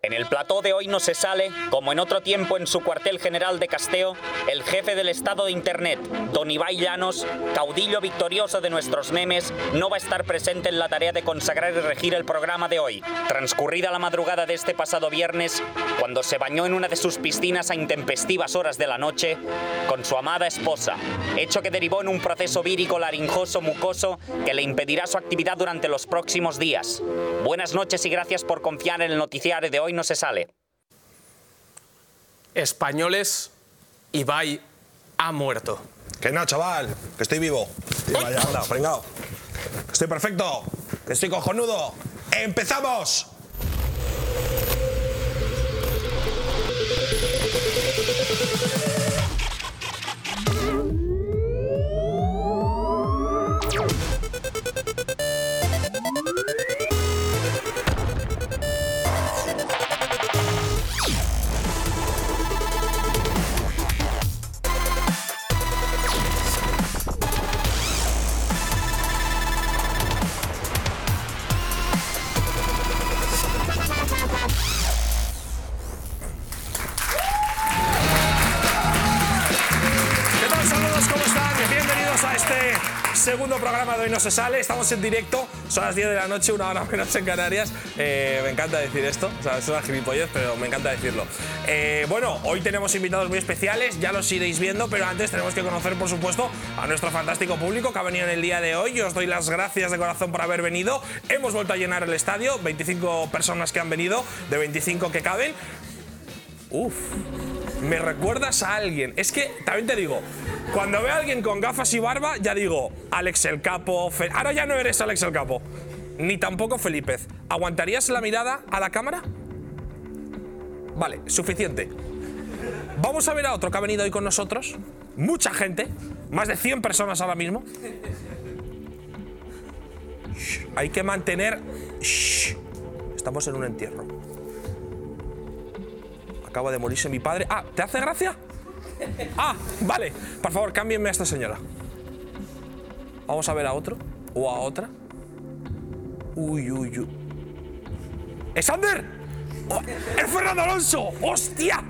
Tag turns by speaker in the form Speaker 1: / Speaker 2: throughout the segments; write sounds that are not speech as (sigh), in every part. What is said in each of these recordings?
Speaker 1: En el plató de hoy no se sale, como en otro tiempo en su cuartel general de Casteo, el jefe del Estado de Internet, Don Ibai Llanos, caudillo victorioso de nuestros memes, no va a estar presente en la tarea de consagrar y regir el programa de hoy. Transcurrida la madrugada de este pasado viernes, cuando se bañó en una de sus piscinas a intempestivas horas de la noche, con su amada esposa, hecho que derivó en un proceso vírico laringoso mucoso que le impedirá su actividad durante los próximos días. Buenas noches y gracias por confiar en el noticiario de hoy no se sale.
Speaker 2: Españoles, Ibai ha muerto.
Speaker 3: Que no, chaval, que estoy vivo. Y Vaya, anda, pringao. Que Estoy perfecto, que estoy cojonudo. ¡Empezamos! ¿Qué tal? Saludos, ¿cómo están? Bienvenidos a este segundo programa de Hoy No Se Sale. Estamos en directo, son las 10 de la noche, una hora menos en Canarias. Eh, me encanta decir esto, o sea, es una gilipollez, pero me encanta decirlo. Eh, bueno, hoy tenemos invitados muy especiales, ya los iréis viendo, pero antes tenemos que conocer, por supuesto, a nuestro fantástico público que ha venido en el día de hoy. Yo os doy las gracias de corazón por haber venido. Hemos vuelto a llenar el estadio, 25 personas que han venido, de 25 que caben. Uf, me recuerdas a alguien. Es que también te digo, cuando veo a alguien con gafas y barba, ya digo, Alex el Capo. Fe- Ahora ya no eres Alex el Capo, ni tampoco Felipe. ¿Aguantarías la mirada a la cámara? Vale, suficiente. Vamos a ver a otro que ha venido hoy con nosotros. Mucha gente, más de 100 personas ahora mismo. Shh, hay que mantener. Shh, estamos en un entierro. Acaba de morirse mi padre. Ah, ¿te hace gracia? Ah, vale. Por favor, cámbienme a esta señora. Vamos a ver a otro. O a otra. Uy, uy, uy. ¡Es Ander! ¡Oh! ¡Es Fernando Alonso! ¡Hostia!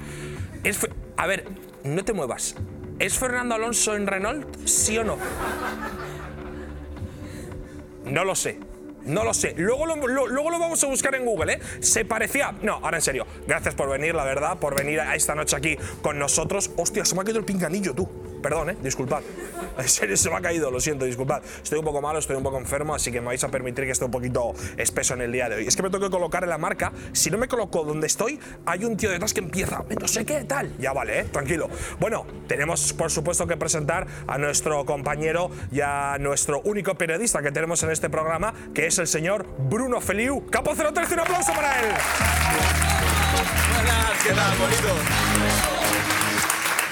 Speaker 3: Es Fe- a ver, no te muevas. ¿Es Fernando Alonso en Renault? ¿Sí o no? No lo sé. No lo sé. Luego lo, lo- luego lo vamos a buscar en Google, ¿eh? Se parecía. No, ahora en serio. Gracias por venir, la verdad, por venir a esta noche aquí con nosotros. Hostia, se me ha caído el pinganillo, tú. Perdón, ¿eh? Disculpad. (laughs) En serio, se me ha caído, lo siento, disculpad. Estoy un poco malo, estoy un poco enfermo, así que me vais a permitir que esté un poquito espeso en el día de hoy. Es que me tengo que colocar en la marca. Si no me coloco donde estoy, hay un tío detrás que empieza. No sé qué, tal. Ya vale, ¿eh? Tranquilo. Bueno, tenemos, por supuesto, que presentar a nuestro compañero y a nuestro único periodista que tenemos en este programa, que es el señor Bruno Feliu. Capo 013, un aplauso para él.
Speaker 4: Buenas, ¿qué tal, bonito?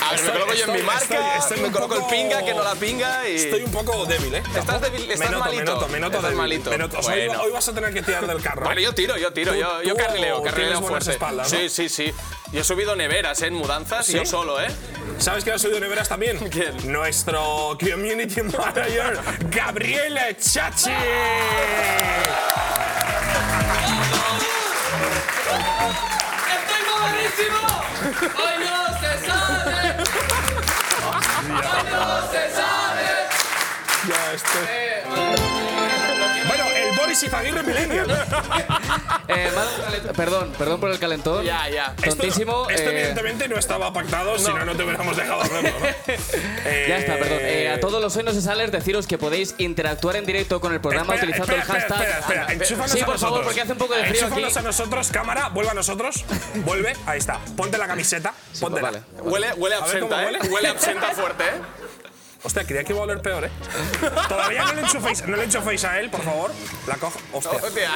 Speaker 4: A ver, me
Speaker 3: Estoy-
Speaker 4: coloco yo en
Speaker 3: estoy-
Speaker 4: mi marca,
Speaker 3: estoy- estoy
Speaker 4: me
Speaker 3: un
Speaker 4: coloco
Speaker 3: poco-
Speaker 4: el pinga que no la pinga y...
Speaker 3: Estoy un poco débil, ¿eh?
Speaker 4: Estás débil,
Speaker 3: Me
Speaker 4: estás
Speaker 3: noto,
Speaker 4: malito.
Speaker 3: Me noto, me noto
Speaker 4: Estás
Speaker 3: débil,
Speaker 4: malito.
Speaker 3: me noto. O sea, hoy-
Speaker 4: Bueno.
Speaker 3: hoy, vas a tener que tirar del carro. ¿eh?
Speaker 4: Bueno, yo tiro, yo tiro,
Speaker 3: Tú-
Speaker 4: yo, yo
Speaker 3: tú
Speaker 4: carrileo,
Speaker 3: tienes
Speaker 4: carrileo
Speaker 3: buenas
Speaker 4: fuerte.
Speaker 3: espaldas, ¿no?
Speaker 4: Sí, sí, sí. Yo he subido neveras ¿eh? en mudanzas,
Speaker 3: ¿Sí?
Speaker 4: yo solo, ¿eh?
Speaker 3: ¿Sabes quién ha subido neveras también?
Speaker 4: ¿Quién?
Speaker 3: Nuestro community manager, Gabriele Chachi.
Speaker 5: ¡Estoy mamadísimo! ¡Hoy no se sabe! ¡Hoy no se sabe!
Speaker 3: Ya, esto es- Bueno, el Boris Izaguirre Millennial.
Speaker 6: Eh, Manu Calent- perdón, perdón por el calentón.
Speaker 4: Ya, ya.
Speaker 3: Esto-
Speaker 6: Tontísimo.
Speaker 3: Esto,
Speaker 6: eh,
Speaker 3: evidentemente no estaba pactado, si no, no te hubiéramos dejado hacerlo.
Speaker 6: (laughs)
Speaker 3: ¿no?
Speaker 6: ya está, perdón. Eh, a todos los hoy no se sales, deciros que podéis interactuar en directo con el programa
Speaker 3: Espera,
Speaker 6: utilizando
Speaker 3: espera,
Speaker 6: el hashtag.
Speaker 3: Espera, espera,
Speaker 6: Anda.
Speaker 3: enchúfanos
Speaker 6: sí,
Speaker 3: a
Speaker 6: por
Speaker 3: nosotros.
Speaker 6: favor, porque hace un poco de frío aquí.
Speaker 3: Enchúfanos a nosotros, cámara, vuelve a nosotros. Vuelve, ahí está. Ponte la camiseta,
Speaker 6: Sí,
Speaker 3: ponte
Speaker 6: vale.
Speaker 4: Huele, huele
Speaker 3: A ver
Speaker 4: absenta,
Speaker 3: cómo
Speaker 4: ¿eh?
Speaker 3: huele.
Speaker 4: Huele absenta fuerte, ¿eh?
Speaker 3: Hostia, creía que iba a oler peor,
Speaker 4: (laughs)
Speaker 3: ¿eh? Todavía no le enchuféis, no le enchuféis a él, por favor. La cojo. (laughs) Hostia.
Speaker 4: Hostia.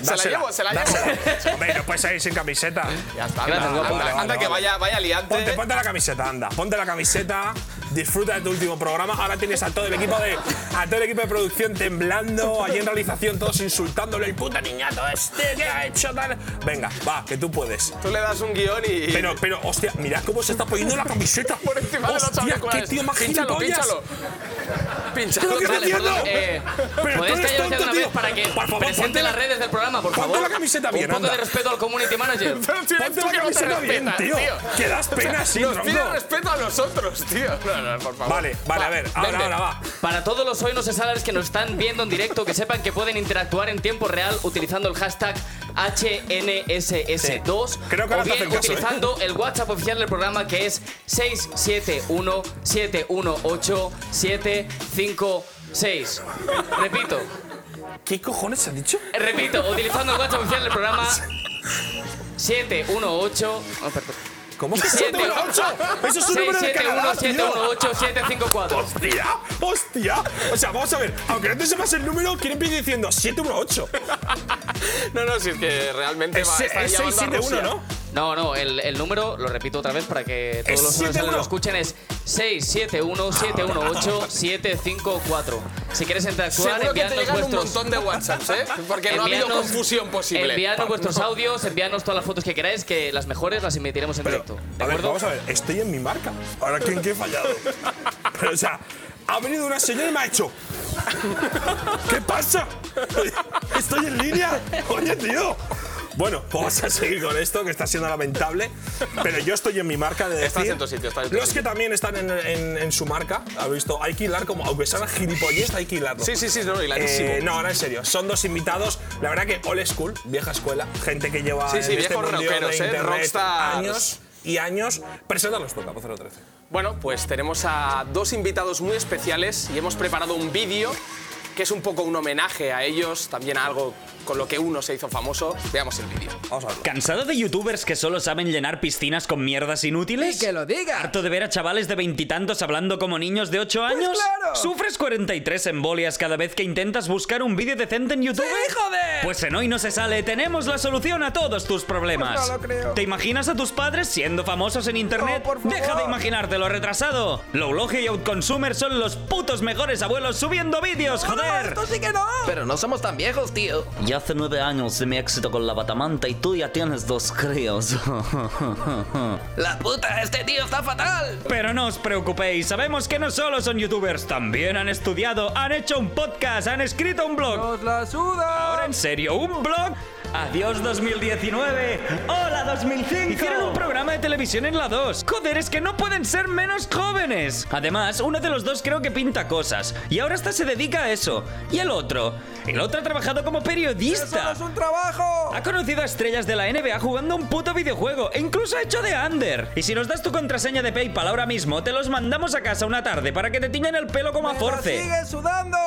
Speaker 4: Se la
Speaker 3: dásela,
Speaker 4: llevo, se la llevo.
Speaker 3: dásela. Hombre, no puedes ir sin camiseta.
Speaker 4: Ya está,
Speaker 6: Gracias,
Speaker 4: anda,
Speaker 6: guapo.
Speaker 4: anda,
Speaker 3: Vale,
Speaker 4: anda
Speaker 3: vale,
Speaker 4: que
Speaker 3: vale.
Speaker 4: vaya, vaya liante.
Speaker 3: Ponte, ponte la camiseta, anda. Ponte la camiseta. Disfruta de tu último programa. Ahora tienes a todo el equipo de a todo el equipo de producción temblando, allí en realización todos insultándole el puta niñato este que ha hecho tal. Venga, va, que tú puedes.
Speaker 4: Tú le das un guión y...
Speaker 3: Pero, pero, hostia, mirad cómo se está poniendo la camiseta.
Speaker 4: Por encima de los
Speaker 3: hostia, qué
Speaker 4: auriculares.
Speaker 3: tío más
Speaker 4: Pínchalo,
Speaker 3: gilipollas.
Speaker 4: pínchalo. pinchado.
Speaker 3: Pero que no
Speaker 6: Vale,
Speaker 3: entiendo.
Speaker 6: perdón, eh,
Speaker 3: Pero
Speaker 6: ¿Podéis
Speaker 3: tú eres
Speaker 6: callaros ya
Speaker 3: tonto,
Speaker 6: una vez
Speaker 3: tío.
Speaker 6: para que
Speaker 3: Por favor, ponte
Speaker 6: presente
Speaker 3: la-
Speaker 6: las redes del programa, por
Speaker 3: ponte
Speaker 6: favor?
Speaker 3: la camiseta
Speaker 6: Un
Speaker 3: bien,
Speaker 6: poco de
Speaker 3: anda.
Speaker 6: respeto al
Speaker 3: (laughs)
Speaker 6: community manager.
Speaker 4: Pero tienes
Speaker 3: Ponte
Speaker 4: tú
Speaker 3: la
Speaker 4: que no te
Speaker 3: camiseta bien,
Speaker 4: respetas,
Speaker 3: tío. Que das pena así,
Speaker 4: Nos pide
Speaker 3: tronco.
Speaker 4: respeto a nosotros, tío. No, no, por favor.
Speaker 3: Vale, vale, a ver. Ahora,
Speaker 6: Vente.
Speaker 3: ahora va.
Speaker 6: Para todos los hoy no se salares que nos están viendo en directo, que sepan que pueden interactuar en tiempo real utilizando el hashtag HNSS2
Speaker 3: Sí. Creo que
Speaker 6: o
Speaker 3: ahora te
Speaker 6: bien
Speaker 3: hacen caso, ¿eh?
Speaker 6: utilizando el WhatsApp oficial del programa que es 671-718-756. Repito, eh,
Speaker 3: ¿Qué cojones has dicho?
Speaker 6: repito, utilizando el WhatsApp oficial del programa 718 oh, perdón.
Speaker 3: ¿Cómo que
Speaker 6: Siete.
Speaker 3: 718? Eso es un número de Canadá, tío.
Speaker 6: 671-718-754.
Speaker 3: ¡Hostia! ¡Hostia! O sea, vamos a ver. Aunque no te sepas el número, ¿quién empieza diciendo 718?
Speaker 4: No, no, si es que realmente
Speaker 3: Es
Speaker 4: va,
Speaker 3: se-
Speaker 4: está
Speaker 3: es
Speaker 4: llamando a
Speaker 3: 671,
Speaker 4: Rusia.
Speaker 3: ¿no?
Speaker 6: No, no, el, el número, lo repito otra vez para que todos
Speaker 3: Es
Speaker 6: los que nos
Speaker 3: 71.
Speaker 6: lo escuchen, es 671-718-754. Si quieres interactuar,
Speaker 4: Seguro que te
Speaker 6: envíanos
Speaker 4: llegan un
Speaker 6: vuestros...
Speaker 4: montón de WhatsApps,
Speaker 3: (laughs)
Speaker 4: ¿eh? Porque no ha habido
Speaker 6: envíanos-
Speaker 4: confusión posible.
Speaker 6: Envíanos vuestros audios, envíanos todas las fotos que queráis, que las mejores las emitiremos en directo. ¿De
Speaker 3: a ver,
Speaker 6: acuerdo?
Speaker 3: vamos a ver. Estoy en mi marca. Ahora, ¿quién que he fallado? Pero, o sea, ha venido una señora y me ha hecho. ¿Qué pasa? ¿Estoy en línea? Oye, tío. Bueno, vamos a seguir con esto, que está siendo lamentable. Pero yo estoy en mi marca de decir...
Speaker 4: Estás en tu sitio, estás en tu
Speaker 3: Los
Speaker 4: sitio.
Speaker 3: que también están en, en- en su marca, ha visto, hay que hilar como... Aunque sean gilipollistas, hay que hilarlo.
Speaker 4: Sí, sí, sí, no, hilarísimo.
Speaker 3: Eh, no, ahora en serio. Son dos invitados, la verdad que old school, vieja escuela, gente que lleva
Speaker 4: Sí, sí,
Speaker 3: en este
Speaker 4: viejos
Speaker 3: mundillo de
Speaker 4: rockeros, ¿eh?
Speaker 3: internet
Speaker 4: Rockstars.
Speaker 3: años y años. Preséntalos tú, Capo 013.
Speaker 4: Bueno, pues tenemos a dos invitados muy especiales y hemos preparado un vídeo que es un poco un homenaje a ellos, también a algo con lo que uno se hizo famoso. Veamos el
Speaker 3: (laughs)
Speaker 4: vídeo.
Speaker 3: Vamos a verlo.
Speaker 1: ¿Cansado de youtubers que solo saben llenar piscinas con mierdas inútiles?
Speaker 7: ¡Que lo diga!
Speaker 1: ¿Harto de ver a chavales de veintitantos hablando como niños de 8 años?
Speaker 7: Pues claro.
Speaker 1: ¿Sufres 43 embolias cada vez que intentas buscar un vídeo decente en YouTube?
Speaker 7: ¡Sí, joder!
Speaker 1: Pues en Hoy No Se Sale tenemos la solución a todos tus problemas.
Speaker 7: Pues no lo creo.
Speaker 1: ¿Te imaginas a tus padres siendo famosos en internet?
Speaker 7: No, por favor.
Speaker 1: Deja de imaginártelo retrasado. Lowlogia y Outconsumer son los putos mejores abuelos subiendo vídeos, joder.
Speaker 7: ¡Esto sí que no!
Speaker 8: Pero no somos tan viejos, tío.
Speaker 9: Ya hace nueve años de mi éxito con la batamanta y tú ya tienes dos (laughs) críos.
Speaker 8: La puta, este tío está fatal.
Speaker 1: Pero no os preocupéis, sabemos que no solo son youtubers, también han estudiado, han hecho un podcast, han escrito un blog.
Speaker 7: ¡Os la suda!
Speaker 1: Ahora en serio, un blog. Adiós 2019. Hola 2005. Hicieron un programa de televisión en la 2. Joder, es que no pueden ser menos jóvenes. Además, uno de los dos creo que pinta cosas. Y ahora hasta se dedica a eso. Y el otro. El otro ha trabajado como
Speaker 7: ¡Eso no
Speaker 1: periodista.
Speaker 7: es un trabajo!
Speaker 1: Ha conocido a estrellas de la NBA jugando un puto videojuego e incluso ha hecho de under. Y si nos das tu contraseña de PayPal ahora mismo, te los mandamos a casa una tarde para que te tiñan el pelo como a
Speaker 7: ¡La
Speaker 1: Force.
Speaker 7: sigue sudando!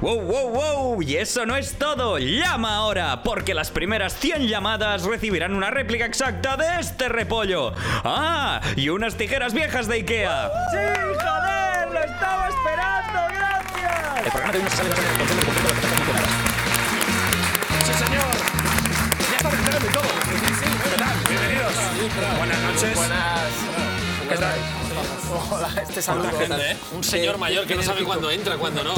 Speaker 1: ¡Wow, wow, wow! Y eso no es todo. Llama ahora, porque las primeras 100 llamadas recibirán una réplica exacta de este repollo. ¡Ah! Y unas tijeras viejas de Ikea. ¡Sí, joder! ¡Lo estaba esperando! ¡Gracias! El programa de
Speaker 3: ¡Sí, señor! Ya está entero y todo. ¿Qué tal? Bienvenidos. Buenas noches.
Speaker 4: Buenas.
Speaker 3: ¿Qué tal?
Speaker 4: Hola, este saludo.
Speaker 3: Hola, gente, ¿eh?
Speaker 2: Un señor mayor que no sabe cuándo entra, cuándo no.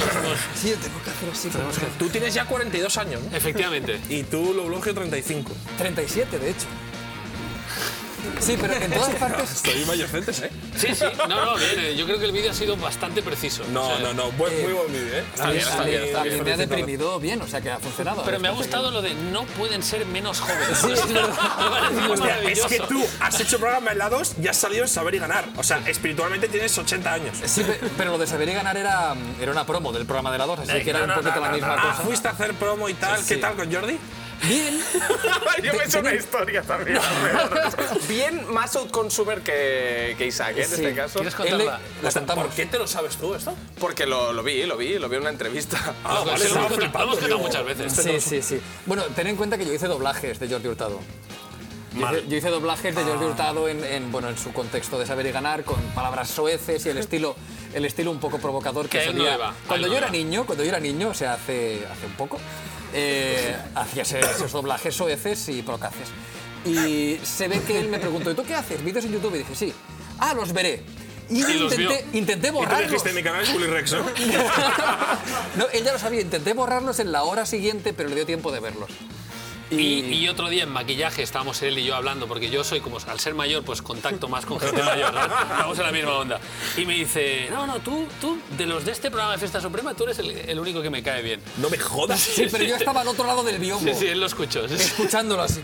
Speaker 7: Sí, yo tengo que hacer así. como-
Speaker 3: Tú tienes ya 42 años, ¿no?
Speaker 2: Efectivamente.
Speaker 3: ¿eh? Y tú, Loblogio, 35.
Speaker 7: 37, de hecho. Sí, pero
Speaker 3: (laughs)
Speaker 7: en todas partes...
Speaker 3: Estoy mayorcentes, ¿eh?
Speaker 2: Sí, sí. No, no, bien. eh, Yo creo que el vídeo ha sido bastante preciso. O
Speaker 3: No,
Speaker 2: sea,
Speaker 3: no, no. Buen- muy buen vídeo, ¿eh?
Speaker 7: a mí-
Speaker 2: bien, está
Speaker 7: a mí-
Speaker 2: bien, está
Speaker 7: a mí
Speaker 2: bien.
Speaker 7: Me ha deprimido bien, o sea que ha funcionado.
Speaker 2: Pero me ha gustado lo de no pueden ser menos jóvenes.
Speaker 7: Sí, es verdad.
Speaker 2: (laughs) Me parece
Speaker 3: Hostia, es
Speaker 2: maravilloso.
Speaker 3: que tú has hecho programa en la 2 y has salido en saber y ganar. O sea, espiritualmente tienes 80 años.
Speaker 7: Sí, pe- pero lo de saber y ganar era, era una promo del programa de la 2, así que era un poquito la misma
Speaker 3: Ah,
Speaker 7: cosa.
Speaker 3: fuiste a hacer promo y tal.
Speaker 7: Sí.
Speaker 3: ¿Qué tal con Jordi? (laughs)
Speaker 7: Bien.
Speaker 4: Yo me he hecho una
Speaker 7: Tenía-
Speaker 4: historia también. Bien más outconsumer que, que Isaac, ¿eh? en este caso.
Speaker 2: ¿Quieres
Speaker 7: Él le-
Speaker 2: contarla?
Speaker 7: la cantamos.
Speaker 3: ¿Por qué te lo sabes tú esto?
Speaker 4: Porque lo, lo vi, lo vi, lo vi en una entrevista.
Speaker 3: Ah, vale, estaba
Speaker 2: Se lo hemos contado- lo
Speaker 3: flipando.
Speaker 2: hemos contado
Speaker 3: digo,
Speaker 2: muchas veces.
Speaker 7: Sí, sí, sí. Bueno, ten en cuenta que yo hice doblajes de Jordi Hurtado. Yo hice- Yo hice doblajes de
Speaker 3: Ah.
Speaker 7: Jordi Hurtado en, en, bueno, en su contexto de saber y ganar, con palabras soeces y el estilo, el estilo un poco provocador
Speaker 2: Que
Speaker 7: que
Speaker 2: a él no
Speaker 7: solía-
Speaker 2: le va, a él
Speaker 7: Cuando
Speaker 2: no
Speaker 7: yo
Speaker 2: le
Speaker 7: era
Speaker 2: va.
Speaker 7: niño, cuando yo era niño, o sea, hace, hace un poco, eh, hacía ese- esos doblajes soeces y procaces. Y se ve que él me preguntó, ¿y tú qué haces? ¿Vídeos en YouTube? Y dije, sí. Ah, los veré. Y, yo
Speaker 2: los
Speaker 7: intenté, intenté
Speaker 3: Y tú
Speaker 7: borrarlos.
Speaker 3: dijiste mi canal es Willy Rex, (laughs) ¿no?
Speaker 7: (laughs) no, él ya lo sabía. Intenté borrarlos en la hora siguiente, pero le dio tiempo de verlos.
Speaker 2: Y, y otro día en maquillaje estábamos él y yo hablando, porque yo soy como, al ser mayor, pues contacto más con gente mayor. (laughs) ¿no? Estamos en la misma onda. Y me dice, no, no, tú, tú, de los de este programa de Fiesta Suprema, tú eres el, el único que me cae bien.
Speaker 3: No me
Speaker 1: (laughs)
Speaker 3: jodas.
Speaker 7: (laughs) Sí, pero yo estaba al otro lado del biombo,
Speaker 2: Sí, sí, él lo escuchó. sí, sí.
Speaker 7: escuchándolo así.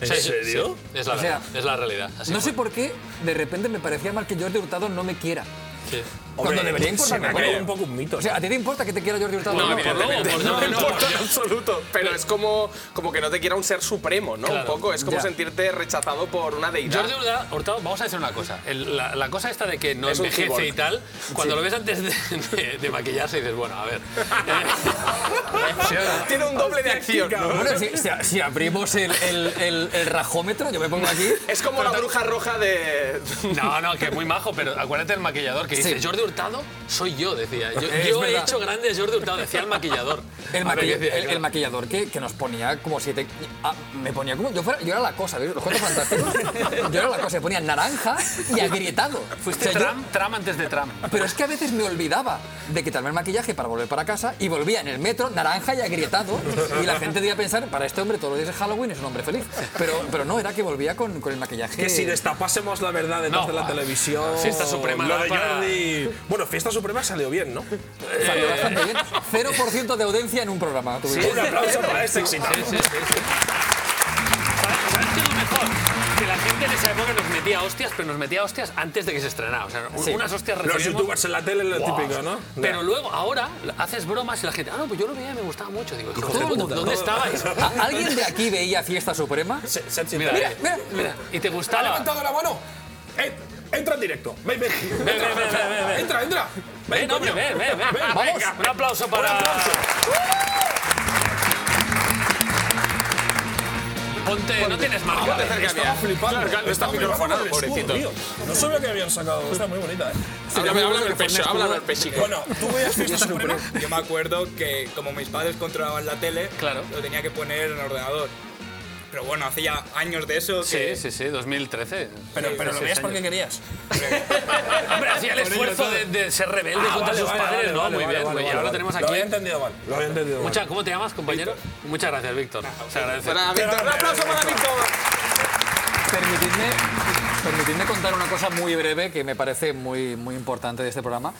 Speaker 3: ¿En
Speaker 2: Sí, sí,
Speaker 3: serio?
Speaker 2: sí, es la
Speaker 7: O sea,
Speaker 2: verdad, es la realidad. Así
Speaker 7: No
Speaker 2: fue.
Speaker 7: sé por qué, de repente me parecía mal que Jordi Hurtado no me quiera.
Speaker 2: Sí.
Speaker 7: Cuando debería importarme.
Speaker 3: Se me ha caído un poco un mito.
Speaker 7: O sea, ¿a ti te importa que te quiera Jordi Hurtado?
Speaker 2: No,
Speaker 7: No,
Speaker 2: por luego, por
Speaker 4: No
Speaker 2: luego,
Speaker 4: me
Speaker 2: no.
Speaker 4: importa en absoluto, pero es como, como que no te quiera un ser supremo, ¿no? Un
Speaker 2: Claro.
Speaker 4: poco, es como
Speaker 7: Ya.
Speaker 4: sentirte rechazado por una deidad.
Speaker 2: Jordi Hurtado- Hurtado, vamos a decir una cosa. El- la, la cosa esta de que no
Speaker 4: Es un
Speaker 2: envejece
Speaker 4: cyborg.
Speaker 2: y tal, cuando lo ves antes de, de- de maquillarse, dices, bueno, a ver.
Speaker 4: Tiene un doble de acción. ¿no?
Speaker 7: Bueno, si, si- si abrimos el, el- el- el rajómetro, yo me pongo aquí. (laughs)
Speaker 4: Es como la bruja roja de. (laughs)
Speaker 2: No, no, que es muy majo, pero acuérdate del maquillador que dice,
Speaker 7: Sí.
Speaker 2: Jordi Hurtado soy yo, decía. Yo,
Speaker 7: Es
Speaker 2: yo he
Speaker 7: verdad.
Speaker 2: hecho grandes Jordi Hurtado, decía el maquillador.
Speaker 7: El,
Speaker 2: A ver,
Speaker 7: maquilla-
Speaker 2: decía,
Speaker 7: el- el
Speaker 2: claro.
Speaker 7: maquillador que, que nos ponía como siete. ah, me ponía como. Yo, fuera- yo era la cosa, ¿veis? Los cuentos
Speaker 2: (laughs)
Speaker 7: fantásticos. Yo era la cosa, me ponía naranja y agrietado.
Speaker 2: Fuiste
Speaker 7: O sea, yo-
Speaker 2: Tram, Tram antes de Tram.
Speaker 7: Pero es que a veces me olvidaba de quitarme el maquillaje para volver para casa y volvía en el metro naranja y agrietado y la gente debía pensar, para este hombre todos los días es Halloween, es un hombre feliz. Pero, pero no, era que volvía con, con el maquillaje.
Speaker 3: Que si destapásemos la verdad detrás
Speaker 2: No,
Speaker 3: de la
Speaker 2: ah,
Speaker 3: televisión.
Speaker 2: Fiesta Suprema
Speaker 3: Lo
Speaker 2: da
Speaker 3: de
Speaker 2: para-
Speaker 3: Jordi. Bueno, Fiesta Suprema salió bien, ¿no?
Speaker 7: Salió bastante bien. 0% de audiencia en un programa. tuvimos.
Speaker 3: Un aplauso para este éxito.
Speaker 2: Sí, sí, sí, sí. ¿Sabes sabes qué es lo mejor? Que la gente en esa época nos metía hostias, pero nos metía hostias antes de que se estrenara. O sea, un- unas hostias
Speaker 3: Los
Speaker 2: recibimos-
Speaker 3: youtubers en la tele, lo
Speaker 2: Guau.
Speaker 3: típico, ¿no?
Speaker 2: Pero luego, ahora, haces bromas y la gente, ah, no, pues yo lo veía y me gustaba mucho. Digo, hijo
Speaker 7: Todo
Speaker 2: de
Speaker 7: el
Speaker 2: puta,
Speaker 7: mundo.
Speaker 2: ¿dónde estabais?
Speaker 7: ¿A- ¿Alguien de aquí veía Fiesta Suprema?
Speaker 3: Se- se- se-
Speaker 2: Mira,
Speaker 3: Mira,
Speaker 2: eh,
Speaker 7: mira,
Speaker 2: (laughs) mira, y te
Speaker 3: ha
Speaker 2: gustaba.
Speaker 3: levantado la mano. Eh, Entra en directo. Ven, ven.
Speaker 2: Ven, ven, ven, ven, ven.
Speaker 3: Entra, entra.
Speaker 2: Ven, hombre,
Speaker 3: coño.
Speaker 2: ven, ven, ven.
Speaker 7: Vamos.
Speaker 2: Venga, Un aplauso para.
Speaker 3: Un aplauso.
Speaker 2: Ponte, no tienes marca.
Speaker 4: Ponte cerca mía.
Speaker 3: Estaba flipando.
Speaker 4: Claro, claro, está
Speaker 3: Estaba
Speaker 4: microfonado,
Speaker 3: flipando el escudo,
Speaker 4: pobrecito.
Speaker 3: tío. No sabía que habían sacado. Está muy bonita, ¿eh?
Speaker 4: Háblame, háblame el pecho, háblame el pechico.
Speaker 3: Bueno, tú veías Fiesta Suprema.
Speaker 10: Yo me acuerdo que como mis padres controlaban la tele,
Speaker 2: Claro.
Speaker 10: lo tenía que poner en el ordenador. Pero bueno, hacía años de eso que...
Speaker 2: Sí, sí, sí, 2013.
Speaker 3: Pero, pero lo veías porque querías.
Speaker 2: Hombre, hacía el
Speaker 3: Por ello
Speaker 2: esfuerzo
Speaker 3: todo.
Speaker 2: de, de ser rebelde
Speaker 3: Ah,
Speaker 2: contra
Speaker 3: vale,
Speaker 2: sus
Speaker 3: vale,
Speaker 2: padres,
Speaker 3: vale,
Speaker 2: ¿no?
Speaker 3: vale,
Speaker 2: Muy
Speaker 3: vale,
Speaker 2: bien,
Speaker 3: vale,
Speaker 2: muy bien.
Speaker 3: vale.
Speaker 2: Ahora tenemos
Speaker 3: Lo
Speaker 2: aquí.
Speaker 3: había entendido mal. Lo había entendido mal.
Speaker 2: Mucha- ¿Cómo te llamas, compañero? Muchas gracias, Víctor. Se agradece.
Speaker 4: Para Víctor, un aplauso para Víctor.
Speaker 7: Permitidme, permitidme contar una cosa muy breve que me parece muy, muy importante de este programa.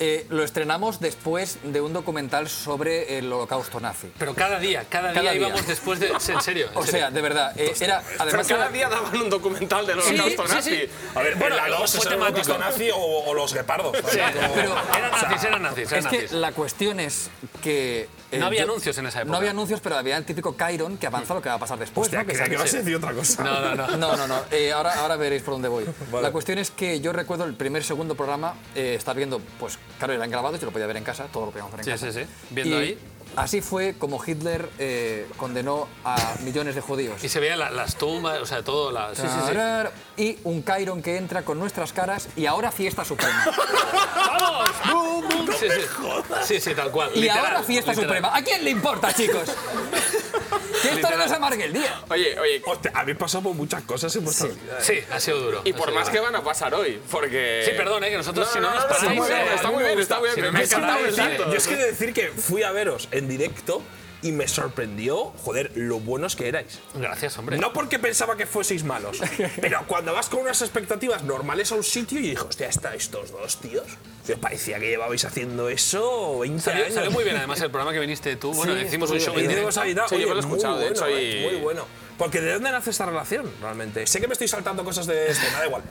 Speaker 7: Eh, lo estrenamos después de un documental sobre el holocausto nazi.
Speaker 2: Pero cada día, cada,
Speaker 7: Cada
Speaker 2: día,
Speaker 7: día.
Speaker 2: íbamos después de. En serio. en
Speaker 7: O
Speaker 2: serio.
Speaker 7: sea, de verdad, eh, era
Speaker 4: Pero
Speaker 7: además
Speaker 4: cada
Speaker 7: era-
Speaker 4: día daban un documental del holocausto
Speaker 2: sí,
Speaker 4: nazi.
Speaker 2: sí.
Speaker 3: A ver,
Speaker 2: Bueno,
Speaker 3: bueno, la
Speaker 2: luego
Speaker 3: 2
Speaker 2: fue
Speaker 3: fue temático.
Speaker 2: temático.
Speaker 3: nazi o, o los guepardos.
Speaker 2: Sí,
Speaker 3: ¿sabes? Como-
Speaker 2: pero eran nazis, eran nazis, eran
Speaker 7: Es que
Speaker 2: nazis.
Speaker 7: la cuestión es que... eh,
Speaker 2: No había anuncios en esa época.
Speaker 7: No había anuncios, pero había el típico Chiron que avanza lo que va a pasar después.
Speaker 3: Hostia,
Speaker 7: pues, ¿no?
Speaker 3: creía
Speaker 7: Que
Speaker 3: que
Speaker 7: sale-
Speaker 3: vas a decir otra cosa.
Speaker 2: No, no, no.
Speaker 7: No, no, no. eh, ahora, ahora veréis por dónde voy. La cuestión es que yo recuerdo el primer, segundo programa, eh, estar viendo, pues claro, eran grabados, yo lo podía ver en casa, todo lo podíamos ver en
Speaker 2: Sí,
Speaker 7: casa.
Speaker 2: sí, sí. Viendo ahí.
Speaker 7: Así fue como Hitler eh, condenó a millones de judíos.
Speaker 2: Y se veían la- las tumbas, o sea, todo. La... Sí, sí, sí.
Speaker 7: Tarar, Y un Chiron que entra con nuestras caras y ahora
Speaker 2: (laughs)
Speaker 7: fiesta suprema.
Speaker 2: ¡Vamos! ¡Bum, bum! sí, sí. sí, sí, tal cual.
Speaker 7: y
Speaker 2: literal,
Speaker 7: ahora fiesta
Speaker 2: literal.
Speaker 7: suprema. ¿A quién le
Speaker 2: (laughs)
Speaker 7: importa, chicos? que esto no nos amargue el día.
Speaker 4: Oye, oye,
Speaker 3: Hostia, habéis pasado por muchas cosas en vuestra vida. eh.
Speaker 2: Pues Sí, ha sido duro.
Speaker 4: y
Speaker 2: ha
Speaker 4: por
Speaker 2: sido
Speaker 4: más
Speaker 2: duro.
Speaker 4: que van a pasar hoy, porque.
Speaker 2: Sí, perdón, eh, que nosotros si no, nos
Speaker 4: está
Speaker 2: paráis.
Speaker 4: muy bien,
Speaker 2: eh,
Speaker 4: está muy bien, está muy
Speaker 2: Si no
Speaker 4: bien.
Speaker 2: me
Speaker 4: Me encanta
Speaker 2: paráis,
Speaker 4: el
Speaker 2: eh.
Speaker 4: dato.
Speaker 3: Yo es que he de decir que fui a veros en directo y me sorprendió, joder, lo buenos que erais.
Speaker 2: eh, Gracias, hombre.
Speaker 3: No porque pensaba que fueseis malos, pero cuando vas con unas expectativas normales a un sitio y dijo, hostia, está estos dos tíos. Yo parecía que llevabais haciendo eso 20
Speaker 2: Salió,
Speaker 3: años.
Speaker 2: salió
Speaker 3: (laughs)
Speaker 2: muy bien, además, el programa que viniste tú. Bueno, hicimos un show
Speaker 3: Y
Speaker 2: en directo.
Speaker 3: tenemos ahí, da-
Speaker 4: Sí, yo
Speaker 3: oye,
Speaker 4: me lo he
Speaker 3: muy
Speaker 4: escuchado, de
Speaker 3: bueno,
Speaker 4: hecho,
Speaker 3: eh,
Speaker 4: y-
Speaker 3: Muy bueno. Porque ¿de dónde nace esta relación realmente? Sé que me estoy saltando cosas de este, me da igual.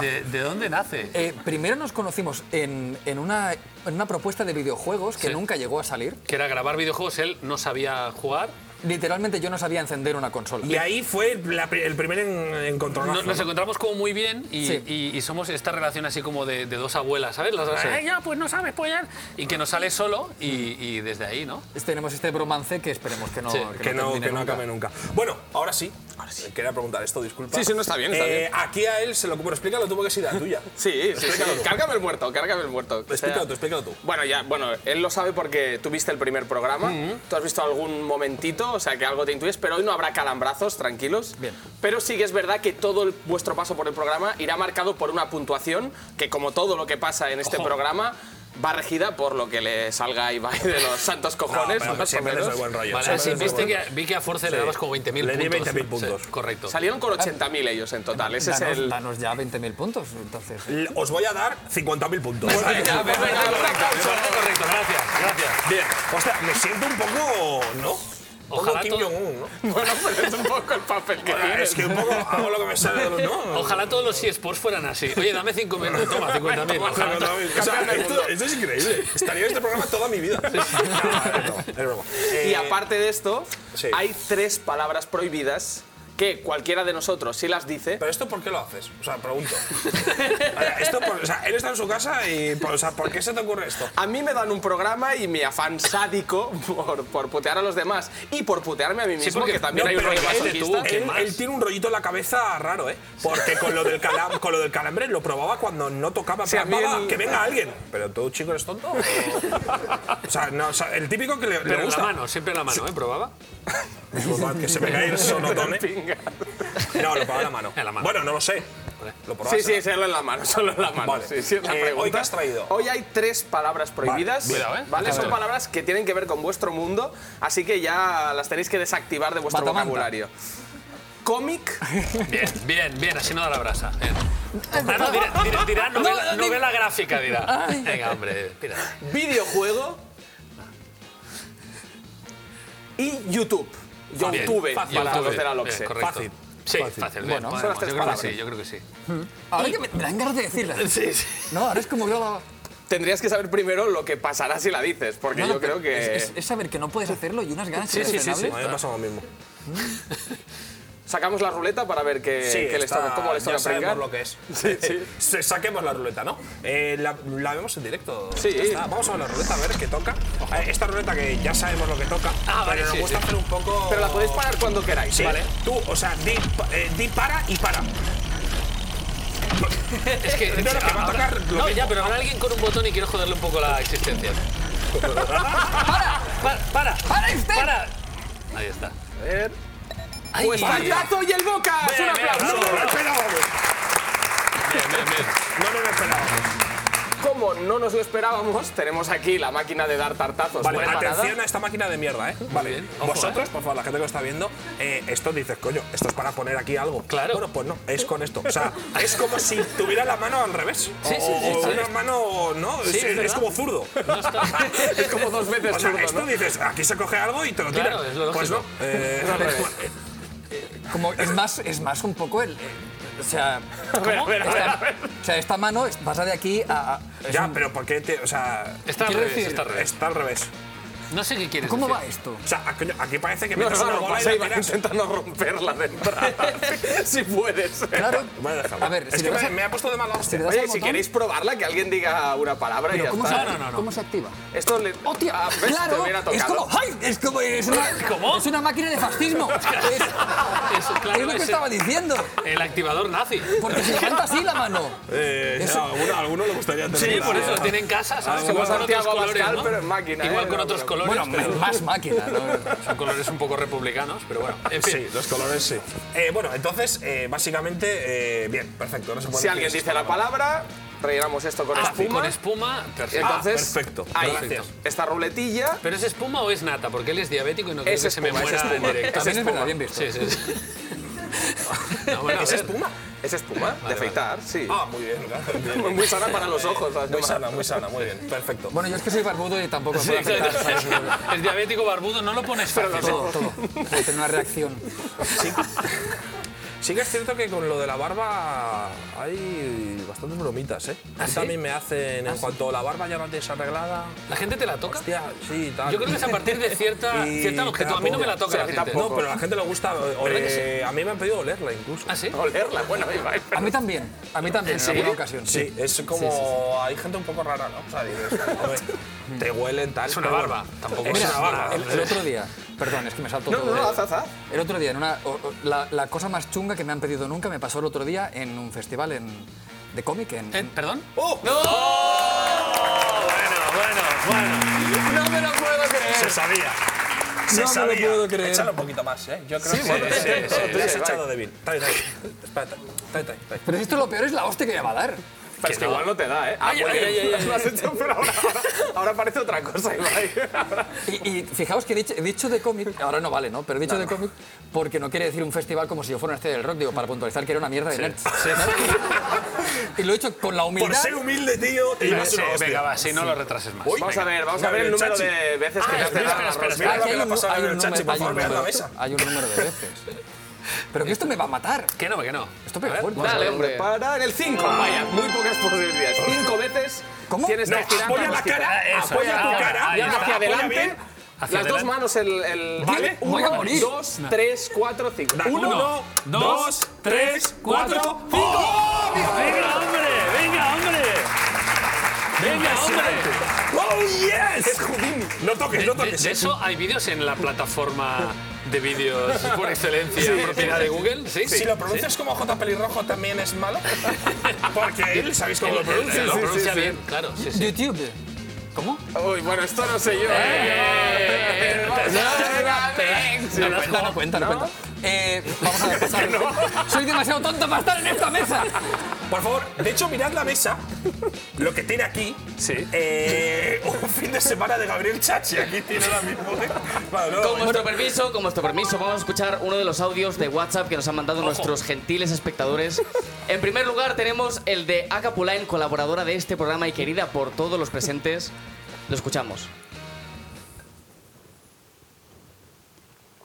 Speaker 2: ¿De, de dónde nace?
Speaker 7: Eh, primero nos conocimos en, en una, en una propuesta de videojuegos que
Speaker 2: Sí.
Speaker 7: nunca llegó a salir.
Speaker 2: Que era grabar videojuegos, él no sabía jugar,
Speaker 7: Literalmente yo no sabía encender una consola.
Speaker 3: Y ahí fue la pri- el primer en- encontronazo.
Speaker 2: No- nos encontramos como muy bien y,
Speaker 7: Sí.
Speaker 2: y- y somos esta relación así como de, de dos abuelas, ¿sabes? Las, "Eh, ya, pues no sabes, pollar. Y que nos sale solo y, y desde ahí, ¿no?
Speaker 7: Tenemos este bromance que esperemos que no,
Speaker 2: Sí,
Speaker 3: que no,
Speaker 7: termine
Speaker 3: que no
Speaker 7: nunca.
Speaker 3: acabe nunca. Bueno, ahora sí. Ahora sí. Quería preguntar esto, disculpa. Eh,
Speaker 4: Sí, sí, no, está bien, está bien.
Speaker 3: Aquí a él se lo. Pero explícalo tú porque es idea
Speaker 4: (laughs)
Speaker 3: tuya.
Speaker 4: Sí, sí, sí.
Speaker 3: Explícalo tú.
Speaker 4: Cárgame el muerto, cárgame el muerto. O sea,
Speaker 3: Explícalo tú, explícalo tú.
Speaker 4: Bueno, ya, bueno, él lo sabe porque tú viste el primer programa, tú has visto algún momentito, o sea que algo te intuyes, pero hoy no habrá calambrazos, tranquilos.
Speaker 7: Bien.
Speaker 4: Pero sí que es verdad que todo el- vuestro paso por el programa irá marcado por una puntuación, que como todo lo que pasa en este programa, va regida por lo que le salga a Ibai de los santos cojones.
Speaker 3: pero
Speaker 4: más o
Speaker 3: siempre les
Speaker 4: menos.
Speaker 3: doy buen rollo. Siempre
Speaker 2: Vale, sí,
Speaker 3: les doy
Speaker 2: viste
Speaker 3: buen
Speaker 2: que
Speaker 3: rollo.
Speaker 2: vi que a Force
Speaker 3: Sí.
Speaker 2: le dabas como 20.000 puntos.
Speaker 3: Le di 20.000 puntos.
Speaker 2: Sí, correcto.
Speaker 4: Salieron con 80.000 ellos en total. Ese es
Speaker 7: danos,
Speaker 4: el.
Speaker 7: danos ya 20.000 puntos, entonces.
Speaker 3: L- Os voy a dar 50.000 puntos.
Speaker 4: venga, venga, venga,
Speaker 2: Correcto, correcto, gracias, gracias.
Speaker 3: Bien, hostia, me siento un poco. ¿No? Un poco
Speaker 2: Ojalá
Speaker 3: Kim
Speaker 2: todo-
Speaker 3: Jong-un, ¿no?
Speaker 4: (laughs) Bueno, pero es un poco el papel que
Speaker 3: Bueno,
Speaker 4: tienes.
Speaker 3: es que un poco hago lo que me sale de
Speaker 2: (laughs)
Speaker 3: los. ¿no?
Speaker 2: Ojalá todos los eSports fueran así. Oye, dame 5.000,
Speaker 3: (laughs)
Speaker 2: toma 50.000. Ojalá to-
Speaker 3: O sea, esto, esto es increíble. Estaría en este programa toda mi vida. (laughs) No, es broma, es
Speaker 2: (laughs)
Speaker 3: broma. Eh,
Speaker 4: Y aparte de esto,
Speaker 3: sí.
Speaker 4: hay tres palabras prohibidas que cualquiera de nosotros, si las dice,
Speaker 3: ¿Pero esto por qué lo haces? O sea,
Speaker 2: (laughs)
Speaker 3: pregunto. O sea, esto por- o sea, él está en su casa y. por- O sea, ¿por qué se te ocurre esto?
Speaker 4: a mí me dan un programa y mi afán sádico por, por putear a los demás y por putearme a mí mismo,
Speaker 2: porque-
Speaker 4: que también
Speaker 2: no,
Speaker 4: hay un
Speaker 2: pero
Speaker 4: rollo
Speaker 2: que es de
Speaker 4: masoquista.
Speaker 2: tú, que-
Speaker 3: este Él,
Speaker 2: más?
Speaker 3: él tiene un rollito en la cabeza raro, ¿eh? Porque con lo del,
Speaker 2: (laughs)
Speaker 3: calam- con lo del calambre lo probaba cuando no tocaba.
Speaker 4: Sí, a
Speaker 3: pero
Speaker 4: mí
Speaker 3: "Baba,
Speaker 4: el-
Speaker 3: Que
Speaker 2: Ah.
Speaker 3: venga alguien. Pero tú, chico, eres
Speaker 2: (laughs)
Speaker 3: tonto. o sea, no, o sea, el típico que le, le
Speaker 2: Pero en la
Speaker 3: gusta.
Speaker 2: mano, siempre en la mano, ¿eh?
Speaker 3: (laughs)
Speaker 2: ¿Probaba?
Speaker 3: Disculpad, que se me cae el sonotone. No, lo probaba en la mano.
Speaker 2: En la mano.
Speaker 3: Bueno, no lo sé. Lo probaba
Speaker 4: Sí, sí, solo en la mano, (laughs) solo en la mano.
Speaker 3: Vale.
Speaker 4: sí, sí, es la
Speaker 3: Eh,
Speaker 4: pregunta.
Speaker 3: ¿hoy qué has traído?
Speaker 4: Hoy hay tres palabras prohibidas.
Speaker 3: Vale,
Speaker 2: cuidado, ¿eh?
Speaker 4: ¿vale? Son
Speaker 2: Vale.
Speaker 4: palabras que tienen que ver con vuestro mundo, así que ya las tenéis que desactivar de vuestro
Speaker 7: Batamanta.
Speaker 4: vocabulario. Cómic,
Speaker 2: Bien, bien, bien, así no da la brasa. bien. Ah, no, dirá, dirá- dirá novela, novela gráfica,
Speaker 7: Ah.
Speaker 2: dirá. Venga, hombre, tira.
Speaker 4: videojuego y YouTube.
Speaker 2: Bien,
Speaker 4: YouTube,
Speaker 2: fácil,
Speaker 4: para
Speaker 2: YouTube,
Speaker 4: conocer a
Speaker 2: bien,
Speaker 4: Loxe.
Speaker 2: correcto.
Speaker 3: Fácil,
Speaker 2: Sí, fácil. bien,
Speaker 7: Bueno,
Speaker 2: podemos,
Speaker 4: son las tres
Speaker 2: yo creo que
Speaker 4: palabras.
Speaker 2: sí, yo creo que sí.
Speaker 7: Ahora que me, me dan ganas de decirla.
Speaker 2: Sí, sí.
Speaker 7: No, ahora es como yo la.
Speaker 4: Tendrías que saber primero lo que pasará si la dices, porque
Speaker 7: No, no,
Speaker 4: yo creo que.
Speaker 7: Es, es- es saber que no puedes hacerlo y unas ganas
Speaker 2: Sí, sí, sí, sí.
Speaker 7: irrefrenables.
Speaker 3: A mí me pasa lo mismo.
Speaker 4: Sacamos la ruleta para ver qué,
Speaker 2: Eh,
Speaker 4: qué les
Speaker 3: está-
Speaker 4: toca, cómo les
Speaker 3: ya
Speaker 4: toca
Speaker 3: sabemos
Speaker 4: pringar.
Speaker 3: lo que
Speaker 2: (laughs)
Speaker 3: es.
Speaker 4: Sí, sí.
Speaker 3: (laughs) Se- Saquemos la ruleta, ¿no? Eh, la, la vemos en directo.
Speaker 4: Sí.
Speaker 3: Ya está. Vamos a ver la ruleta, a ver qué toca. Eh, Esta ruleta que ya sabemos lo que toca,
Speaker 2: Ah, vale,
Speaker 3: pero nos
Speaker 2: sí,
Speaker 3: gusta
Speaker 2: sí.
Speaker 3: hacer un poco...
Speaker 4: Pero la podéis parar cuando queráis,
Speaker 3: Sí,
Speaker 4: ¿vale?
Speaker 3: Tú, o sea, di, pa- eh, di para y para.
Speaker 2: (laughs) Es que,
Speaker 3: No, no, que va a
Speaker 2: ahora-
Speaker 3: tocar lo
Speaker 2: no,
Speaker 3: mismo.
Speaker 2: ya, pero habrá alguien con un botón y quiero joderle un poco la
Speaker 3: (laughs)
Speaker 2: existencia. ¡Para! ¡Para! ¡Para!
Speaker 7: usted!
Speaker 2: ¡Para! Ahí está.
Speaker 4: A ver.
Speaker 2: Ahí
Speaker 4: Pues
Speaker 2: está. Bien,
Speaker 4: Pantato y el Boca.
Speaker 2: Bien,
Speaker 4: Un
Speaker 2: bien,
Speaker 4: aplauso.
Speaker 3: No, no lo esperábamos.
Speaker 2: bien, bien.
Speaker 3: No, no lo esperábamos.
Speaker 4: Como no nos lo esperábamos, tenemos aquí la máquina de dar tartazos.
Speaker 3: Vale,
Speaker 4: preparada.
Speaker 3: atención a esta máquina de mierda, ¿eh? Vale.
Speaker 2: bien. Ojo,
Speaker 3: Vosotros, por favor, la gente que lo está viendo, eh, esto dices, coño, esto es para poner aquí algo.
Speaker 2: Claro.
Speaker 3: Bueno, pues no, es con esto. O sea, es como si tuviera la mano al revés.
Speaker 2: Sí,
Speaker 3: o,
Speaker 2: sí, sí,
Speaker 3: o
Speaker 2: sí.
Speaker 3: una mano, ¿no?
Speaker 2: Sí,
Speaker 3: es,
Speaker 2: es
Speaker 3: es
Speaker 2: verdad.
Speaker 3: como zurdo. (laughs)
Speaker 4: Es como dos veces
Speaker 3: O sea,
Speaker 4: zurdo,
Speaker 3: esto
Speaker 4: ¿no?
Speaker 3: dices, aquí se coge algo y te lo tira.
Speaker 2: Claro, es lo
Speaker 3: pues no.
Speaker 2: lógico.
Speaker 3: Eh,
Speaker 7: Como, es, más, es más un poco el. el- o sea. ¿cómo?
Speaker 4: ver, a ver,
Speaker 7: Esta- O sea, esta mano es- pasa de aquí a. a- es
Speaker 3: ya,
Speaker 7: un-
Speaker 3: pero ¿por qué te.? O sea.
Speaker 2: Está al
Speaker 7: Quiero
Speaker 2: revés,
Speaker 7: decir,
Speaker 2: está al revés.
Speaker 3: Está al revés.
Speaker 2: No sé qué quieres
Speaker 7: ¿Cómo
Speaker 2: decir.
Speaker 7: va esto?
Speaker 3: O sea, aquí, aquí parece que
Speaker 4: No,
Speaker 3: metes
Speaker 4: no,
Speaker 3: una
Speaker 4: no,
Speaker 3: bola y
Speaker 4: pasa
Speaker 3: la
Speaker 4: y va
Speaker 3: tiras.
Speaker 4: intentando romperla de entrada.
Speaker 3: (laughs)
Speaker 4: si puedes.
Speaker 7: Claro.
Speaker 3: Voy a dejarlo.
Speaker 7: A ver,
Speaker 3: es
Speaker 7: si
Speaker 3: que
Speaker 7: le vas
Speaker 3: me,
Speaker 7: a-
Speaker 3: me ha puesto de mala hostia.
Speaker 7: le das
Speaker 4: Oye,
Speaker 7: al
Speaker 4: y si
Speaker 7: botón?
Speaker 4: queréis probarla, que alguien diga una palabra y ya
Speaker 7: ¿Cómo, se,
Speaker 4: está.
Speaker 2: No, no, no, no.
Speaker 7: ¿Cómo se activa?
Speaker 4: Esto le...
Speaker 7: ¡Hostia!
Speaker 4: Ah, ¿ves? Te
Speaker 7: ¡Claro!
Speaker 4: hubiera
Speaker 7: Es
Speaker 4: tocado.
Speaker 7: como. ¡Ay! Es como. Es una,
Speaker 2: ¿Cómo?
Speaker 7: Es una máquina
Speaker 2: (laughs)
Speaker 7: de fascismo. Es,
Speaker 2: Eso, claro,
Speaker 7: es lo
Speaker 2: es
Speaker 7: que
Speaker 2: el-
Speaker 7: estaba diciendo.
Speaker 2: El activador
Speaker 7: (laughs)
Speaker 2: nazi.
Speaker 7: Porque se levanta así la mano.
Speaker 3: Eh,
Speaker 7: Eso-
Speaker 3: a alguno, a alguno le gustaría tener.
Speaker 2: Sí,
Speaker 3: una-
Speaker 2: por eso lo tiene en casa, ¿sabes?
Speaker 4: Ah,
Speaker 2: Igual con
Speaker 4: Santiago
Speaker 2: otros colores,
Speaker 4: Abascal,
Speaker 2: ¿no?
Speaker 4: pero en máquina,
Speaker 2: Igual
Speaker 4: ¿eh?
Speaker 2: con
Speaker 4: No,
Speaker 2: otros
Speaker 4: pero-
Speaker 2: colores,
Speaker 7: Bueno,
Speaker 2: pero
Speaker 7: más máquina.
Speaker 2: (laughs)
Speaker 7: ¿no?
Speaker 2: son colores un poco republicanos, pero bueno. En fin.
Speaker 3: Sí, los colores sí. Eh, bueno, entonces, eh, básicamente, eh, bien, perfecto. ahora se puede
Speaker 4: Si alguien
Speaker 3: decir
Speaker 4: dice la
Speaker 3: esto.
Speaker 4: palabra, rellenamos esto con
Speaker 2: Ah,
Speaker 4: espuma.
Speaker 2: Con espuma, perfecto.
Speaker 3: Ah,
Speaker 4: Entonces,
Speaker 3: perfecto.
Speaker 4: ahí,
Speaker 3: Gracias.
Speaker 4: esta ruletilla.
Speaker 2: ¿Pero es espuma o es nata? Porque él es diabético y no quiero
Speaker 4: Es
Speaker 2: que se me
Speaker 4: espuma, es
Speaker 2: muera en
Speaker 4: espuma.
Speaker 2: directo.
Speaker 7: También es verdad, bien visto.
Speaker 2: Sí, sí, sí. No, bueno, a
Speaker 3: ¿Es
Speaker 2: ver.
Speaker 3: espuma?
Speaker 4: Es espuma de
Speaker 2: vale.
Speaker 4: afeitar, sí.
Speaker 3: Ah, muy bien, gracias. bien,
Speaker 2: (laughs)
Speaker 3: bien.
Speaker 4: Muy sana para los ojos. además.
Speaker 3: Muy sana, muy sana, muy bien. Perfecto.
Speaker 7: Bueno, yo es que soy barbudo y tampoco me
Speaker 2: Sí,
Speaker 7: puedo afectar.
Speaker 2: exacto. El diabético barbudo no lo pones fácil.
Speaker 7: Todo, todo. Puedo tener una reacción.
Speaker 3: Sí que es cierto que con lo de la barba hay bastantes bromitas, ¿eh? A mí
Speaker 2: ¿Ah, sí?
Speaker 3: también me hacen, en cuanto la barba ya la tienes arreglada,
Speaker 2: ¿La gente te la toca?
Speaker 3: hostia, sí, tal.
Speaker 2: Yo creo que es a partir de cierta,
Speaker 3: Y
Speaker 2: cierta objeto. A mí no me la toca
Speaker 4: Sí, a
Speaker 2: la
Speaker 4: mí
Speaker 2: gente.
Speaker 4: tampoco.
Speaker 3: No, pero a la gente le gusta. o- o-
Speaker 2: ¿Verdad que
Speaker 3: eh, A mí me han pedido olerla incluso.
Speaker 2: ¿Ah, sí?
Speaker 4: Olerla, bueno, ahí va.
Speaker 7: A mí también. A mí también, en alguna ocasión.
Speaker 3: Sí, es como. Hay gente un poco rara, ¿no? O sea, dices, "Hombre, te huelen tal.
Speaker 2: Es una
Speaker 3: pero
Speaker 2: barba,
Speaker 3: bueno".
Speaker 2: tampoco
Speaker 3: Es
Speaker 2: es
Speaker 3: una
Speaker 2: una ¿eh?
Speaker 3: barba.
Speaker 7: El, el otro día, perdón, es que me salto
Speaker 4: No,
Speaker 7: todo.
Speaker 4: no,
Speaker 7: ¿eh?
Speaker 4: no, haz, haz, haz.
Speaker 7: El otro día, en una, o- o- la, la cosa más chunga que me han pedido nunca me pasó el otro día en un festival en- de cómic en,
Speaker 2: ¿Eh? ¿Perdón?
Speaker 4: No me lo puedo
Speaker 3: Se
Speaker 4: creer.
Speaker 3: sabía. Se
Speaker 7: No me lo
Speaker 3: sabía.
Speaker 7: puedo creer.
Speaker 3: Échalo un poquito más, ¿eh? Yo creo que
Speaker 4: bueno, sí, sí,
Speaker 3: Te has
Speaker 4: sí,
Speaker 3: echado de bien. Trae, trae. Espérate. Trae, trae, trae.
Speaker 7: Pero esto lo peor es la hostia que me va a dar.
Speaker 3: Pero es que igual no te da, ¿eh? Ah,
Speaker 4: Ay,
Speaker 3: muy
Speaker 4: ay,
Speaker 3: bien.
Speaker 4: ay, (laughs) ay, ay.
Speaker 3: Lo has hecho, pero ahora, ahora- ahora parece otra cosa, Ibai.
Speaker 7: Y, y fijaos que dicho, dicho de cómic, ahora no vale, ¿no? Pero dicho de cómic, porque no quiere decir un festival como si yo fuera una estrella del rock, digo, para puntualizar que era una mierda de nerds. (laughs) Y lo he hecho con la humildad.
Speaker 3: Por ser humilde, tío, te
Speaker 2: Venga,
Speaker 3: llevas
Speaker 2: sí,
Speaker 3: una hostia.
Speaker 2: venga, va, sí, no lo retrases más.
Speaker 3: Uy,
Speaker 4: Vamos a
Speaker 3: venga.
Speaker 4: ver, vamos a
Speaker 3: Muy
Speaker 4: ver el
Speaker 3: bien,
Speaker 4: número
Speaker 3: Chachi.
Speaker 4: de veces que
Speaker 3: Ah,
Speaker 4: te hace
Speaker 3: espera,
Speaker 4: la
Speaker 3: espera,
Speaker 4: rosca.
Speaker 3: espera, espera. Mira lo
Speaker 7: Aquí
Speaker 3: que le ha
Speaker 7: un-
Speaker 3: pasado a
Speaker 7: hay un
Speaker 3: Gabriel
Speaker 7: número-
Speaker 3: Chachi, por
Speaker 7: hay un
Speaker 3: favor, ve a la
Speaker 7: número-
Speaker 3: mesa.
Speaker 7: Hay un número de veces. Pero que esto me va a matar.
Speaker 2: Que no, que no.
Speaker 7: Esto me fuerte.
Speaker 4: Dale, hombre. Para en el 5. Vaya, muy pocas posibilidades. Cinco veces
Speaker 7: ¿Cómo?
Speaker 4: tienes
Speaker 3: No,
Speaker 4: que girar
Speaker 3: apoya la cara, apoya tu cara,
Speaker 4: Y ahora hacia
Speaker 3: apoya
Speaker 4: adelante.
Speaker 3: bien.
Speaker 2: Hacia
Speaker 4: las dos
Speaker 2: adelante.
Speaker 4: manos el, el
Speaker 3: Vale,
Speaker 4: uno,
Speaker 7: voy a morir.
Speaker 4: dos, tres, cuatro, cinco.
Speaker 3: Da,
Speaker 4: Uno,
Speaker 3: uno,
Speaker 2: dos,
Speaker 3: dos, tres, cuatro,
Speaker 4: cuatro,
Speaker 3: cinco. ¡Oh,
Speaker 2: Venga, hombre, venga, hombre. Venga, hombre.
Speaker 3: ¡Oh, yes! No toques, no
Speaker 2: De, de-
Speaker 3: toques. eh.
Speaker 2: de eso hay vídeos en la plataforma de vídeos por excelencia, propiedad de Google. Sí, Eh,
Speaker 5: Si lo pronuncias como J pelirrojo también es
Speaker 2: (laughs)
Speaker 5: malo.
Speaker 3: Porque él, ¿sabéis cómo lo pronuncia?
Speaker 2: Lo
Speaker 3: Sí, sí,
Speaker 2: pronuncia
Speaker 3: sí.
Speaker 2: bien, claro. Sí, sí.
Speaker 7: YouTube. ¿Cómo?
Speaker 4: Uy, bueno, esto no sé yo. ¿eh?
Speaker 7: No, no, cuenta, no cuenta, no cuenta. Eh,
Speaker 3: (laughs)
Speaker 7: vamos a ver, pasar. Soy demasiado tonto para estar en esta mesa.
Speaker 3: Por favor, de hecho, mirad la mesa. Lo que tiene aquí. eh, un fin de semana de Gabriel Chachi. Aquí tiene ahora mismo. ¿eh? Vale, no,
Speaker 6: Con vuestro permiso, con vuestro permiso, vamos a escuchar uno de los audios de WhatsApp que nos han mandado nuestros gentiles espectadores. En primer lugar tenemos el de Acapulain, colaboradora de este programa y querida por todos los presentes. Lo escuchamos.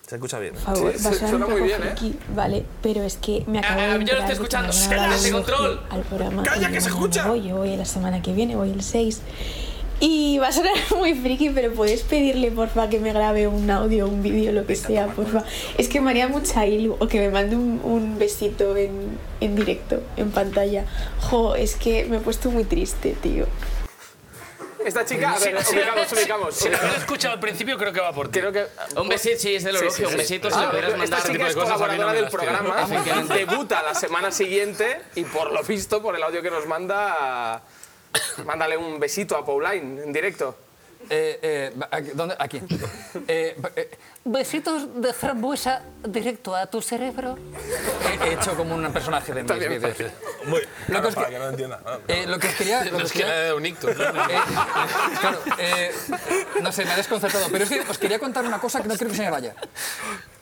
Speaker 3: Se escucha bien.
Speaker 11: Por favor, vas a dar
Speaker 4: suena
Speaker 11: un
Speaker 4: muy
Speaker 11: poco
Speaker 4: bien, ¿eh?
Speaker 11: friki, Vale, pero es que me acabo
Speaker 6: Ah,
Speaker 11: de
Speaker 6: yo lo estoy
Speaker 11: enterar de
Speaker 6: escuchando.
Speaker 11: que me van a
Speaker 6: Calla,
Speaker 11: dar
Speaker 6: ese
Speaker 11: algo
Speaker 6: control.
Speaker 11: Al programa.
Speaker 3: Calla,
Speaker 11: y
Speaker 3: que
Speaker 11: yo
Speaker 3: se
Speaker 11: mañana
Speaker 3: escucha.
Speaker 11: Voy, yo voy la semana que viene, voy el 6. Y va a sonar (laughs) muy friki, pero puedes pedirle, porfa, que me grabe un audio, un vídeo, lo que sea, porfa. Es que me haría mucha ilu, o que me mande un, un besito en, en directo, en pantalla. Jo, es que me he puesto muy triste, tío.
Speaker 4: Esta chica, a ver, ubicamos, ubicamos.
Speaker 2: Si lo hubiera escuchado al principio, creo que va por ti.
Speaker 4: Creo que.
Speaker 6: Un besito, sí, es del
Speaker 4: Sí,
Speaker 6: elogio,
Speaker 4: sí, Ah, este sí.
Speaker 6: un besito, si le pudieras mandar. Este
Speaker 4: Esta chica es
Speaker 2: tipo de cosas a mí no
Speaker 4: colaboradora
Speaker 2: me
Speaker 4: del
Speaker 2: las tiene.
Speaker 4: programa,
Speaker 6: Efectivamente.
Speaker 4: debuta la semana siguiente y por lo visto, por el audio que nos manda, mándale un besito a Pauline en directo.
Speaker 7: Eh, eh, aquí- ¿Dónde? Aquí. Eh, eh,
Speaker 12: Besitos de frambuesa directo a tu cerebro.
Speaker 7: he hecho como un personaje de mis
Speaker 4: También
Speaker 7: vídeos.
Speaker 3: Muy, claro,
Speaker 7: es
Speaker 3: para
Speaker 7: que-
Speaker 3: que no entienda. Ah,
Speaker 7: Eh, lo que os
Speaker 2: (laughs)
Speaker 7: quería... Lo que os
Speaker 2: Es que
Speaker 7: quería-
Speaker 2: le ha dado un ictus, ¿no?
Speaker 7: Eh, (laughs) claro, eh, no sé, me ha desconcertado. Pero es que os quería contar una cosa que no creo que se me vaya.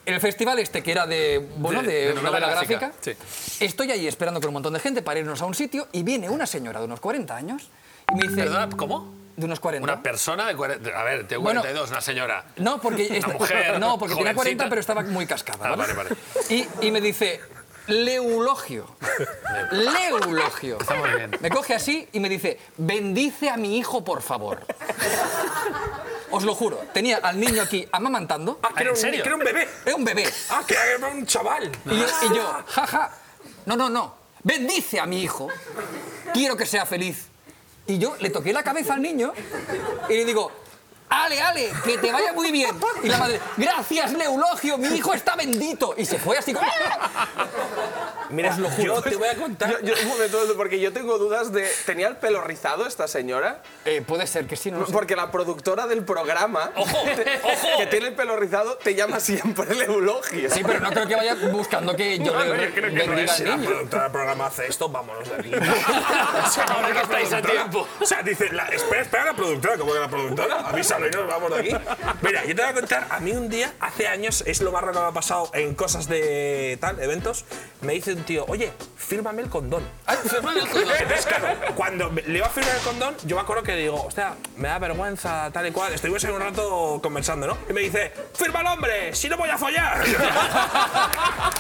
Speaker 7: El festival este, que era de, bueno,
Speaker 2: De-
Speaker 7: de,
Speaker 2: de novela
Speaker 7: novela,
Speaker 2: gráfica,
Speaker 7: gráfica, estoy ahí esperando con un montón de gente para irnos a un sitio y viene una señora de unos 40 años y me dice...
Speaker 2: Perdona, ¿cómo?
Speaker 7: De unos 40.
Speaker 2: Una persona de 40. A ver, tengo
Speaker 7: Bueno.
Speaker 2: 42,
Speaker 12: (laughs)
Speaker 2: una señora.
Speaker 7: No, porque,
Speaker 2: (laughs)
Speaker 7: esta-
Speaker 2: mujer
Speaker 7: (laughs) no, porque tenía
Speaker 2: jovencita.
Speaker 7: 40, pero estaba muy cascada.
Speaker 2: Ah,
Speaker 7: ¿vale?
Speaker 2: vale, vale.
Speaker 7: Y, y me dice, Leulogio.
Speaker 2: (laughs)
Speaker 7: Leulogio.
Speaker 2: muy bien.
Speaker 7: Me coge así y me dice, bendice a mi hijo, por favor.
Speaker 2: (laughs)
Speaker 7: Os lo juro, tenía al niño aquí amamantando.
Speaker 3: que era
Speaker 2: ¿En
Speaker 3: un-
Speaker 2: serio?
Speaker 3: que era un bebé.
Speaker 7: Era un bebé.
Speaker 3: Ah, que era un chaval.
Speaker 7: Y yo, y yo, jaja. No, no, no. Bendice a mi hijo. Quiero que sea feliz. Y yo le toqué la cabeza al niño y le digo, Ale, Ale, que te vaya muy bien. Y la madre, gracias, Neulogio, mi hijo está bendito. Y se fue así como...
Speaker 3: Mira,
Speaker 7: Os lo juro.
Speaker 3: Yo te voy a contar.
Speaker 4: Yo, yo- un momento, porque yo tengo dudas de. ¿Tenía el pelo rizado esta señora?
Speaker 7: Eh, puede ser que sí, no lo sé.
Speaker 4: Porque la productora del programa, (laughs) te- que tiene el pelo rizado, te llama siempre el eulogio.
Speaker 7: Sí, pero no creo que vaya buscando que yo
Speaker 3: No, no,
Speaker 7: le
Speaker 3: yo creo que no
Speaker 7: bendiga
Speaker 3: es. Si
Speaker 7: al
Speaker 3: la
Speaker 7: niño.
Speaker 3: productora del programa hace esto, vámonos de
Speaker 2: (laughs)
Speaker 3: aquí. O sea,
Speaker 2: Ahora que estáis a
Speaker 3: productora-
Speaker 2: tiempo.
Speaker 3: O sea, dice, la- espera, espera a la productora, como que la
Speaker 2: (laughs)
Speaker 3: productora, avísalo y nos vamos de aquí. Mira, yo te voy a contar, a mí un día, hace años, es lo más raro que me ha pasado en cosas de tal, eventos, me dice un tío, oye, fírmame el condón. (laughs) Entonces, claro, cuando me- le iba a firmar el condón, yo me acuerdo que le digo, hostia, me da vergüenza, tal y cual. Estuvimos en un rato conversando, ¿no? Y me dice, ¡firma el hombre! ¡Si no voy a
Speaker 2: (laughs)
Speaker 3: follar! (laughs)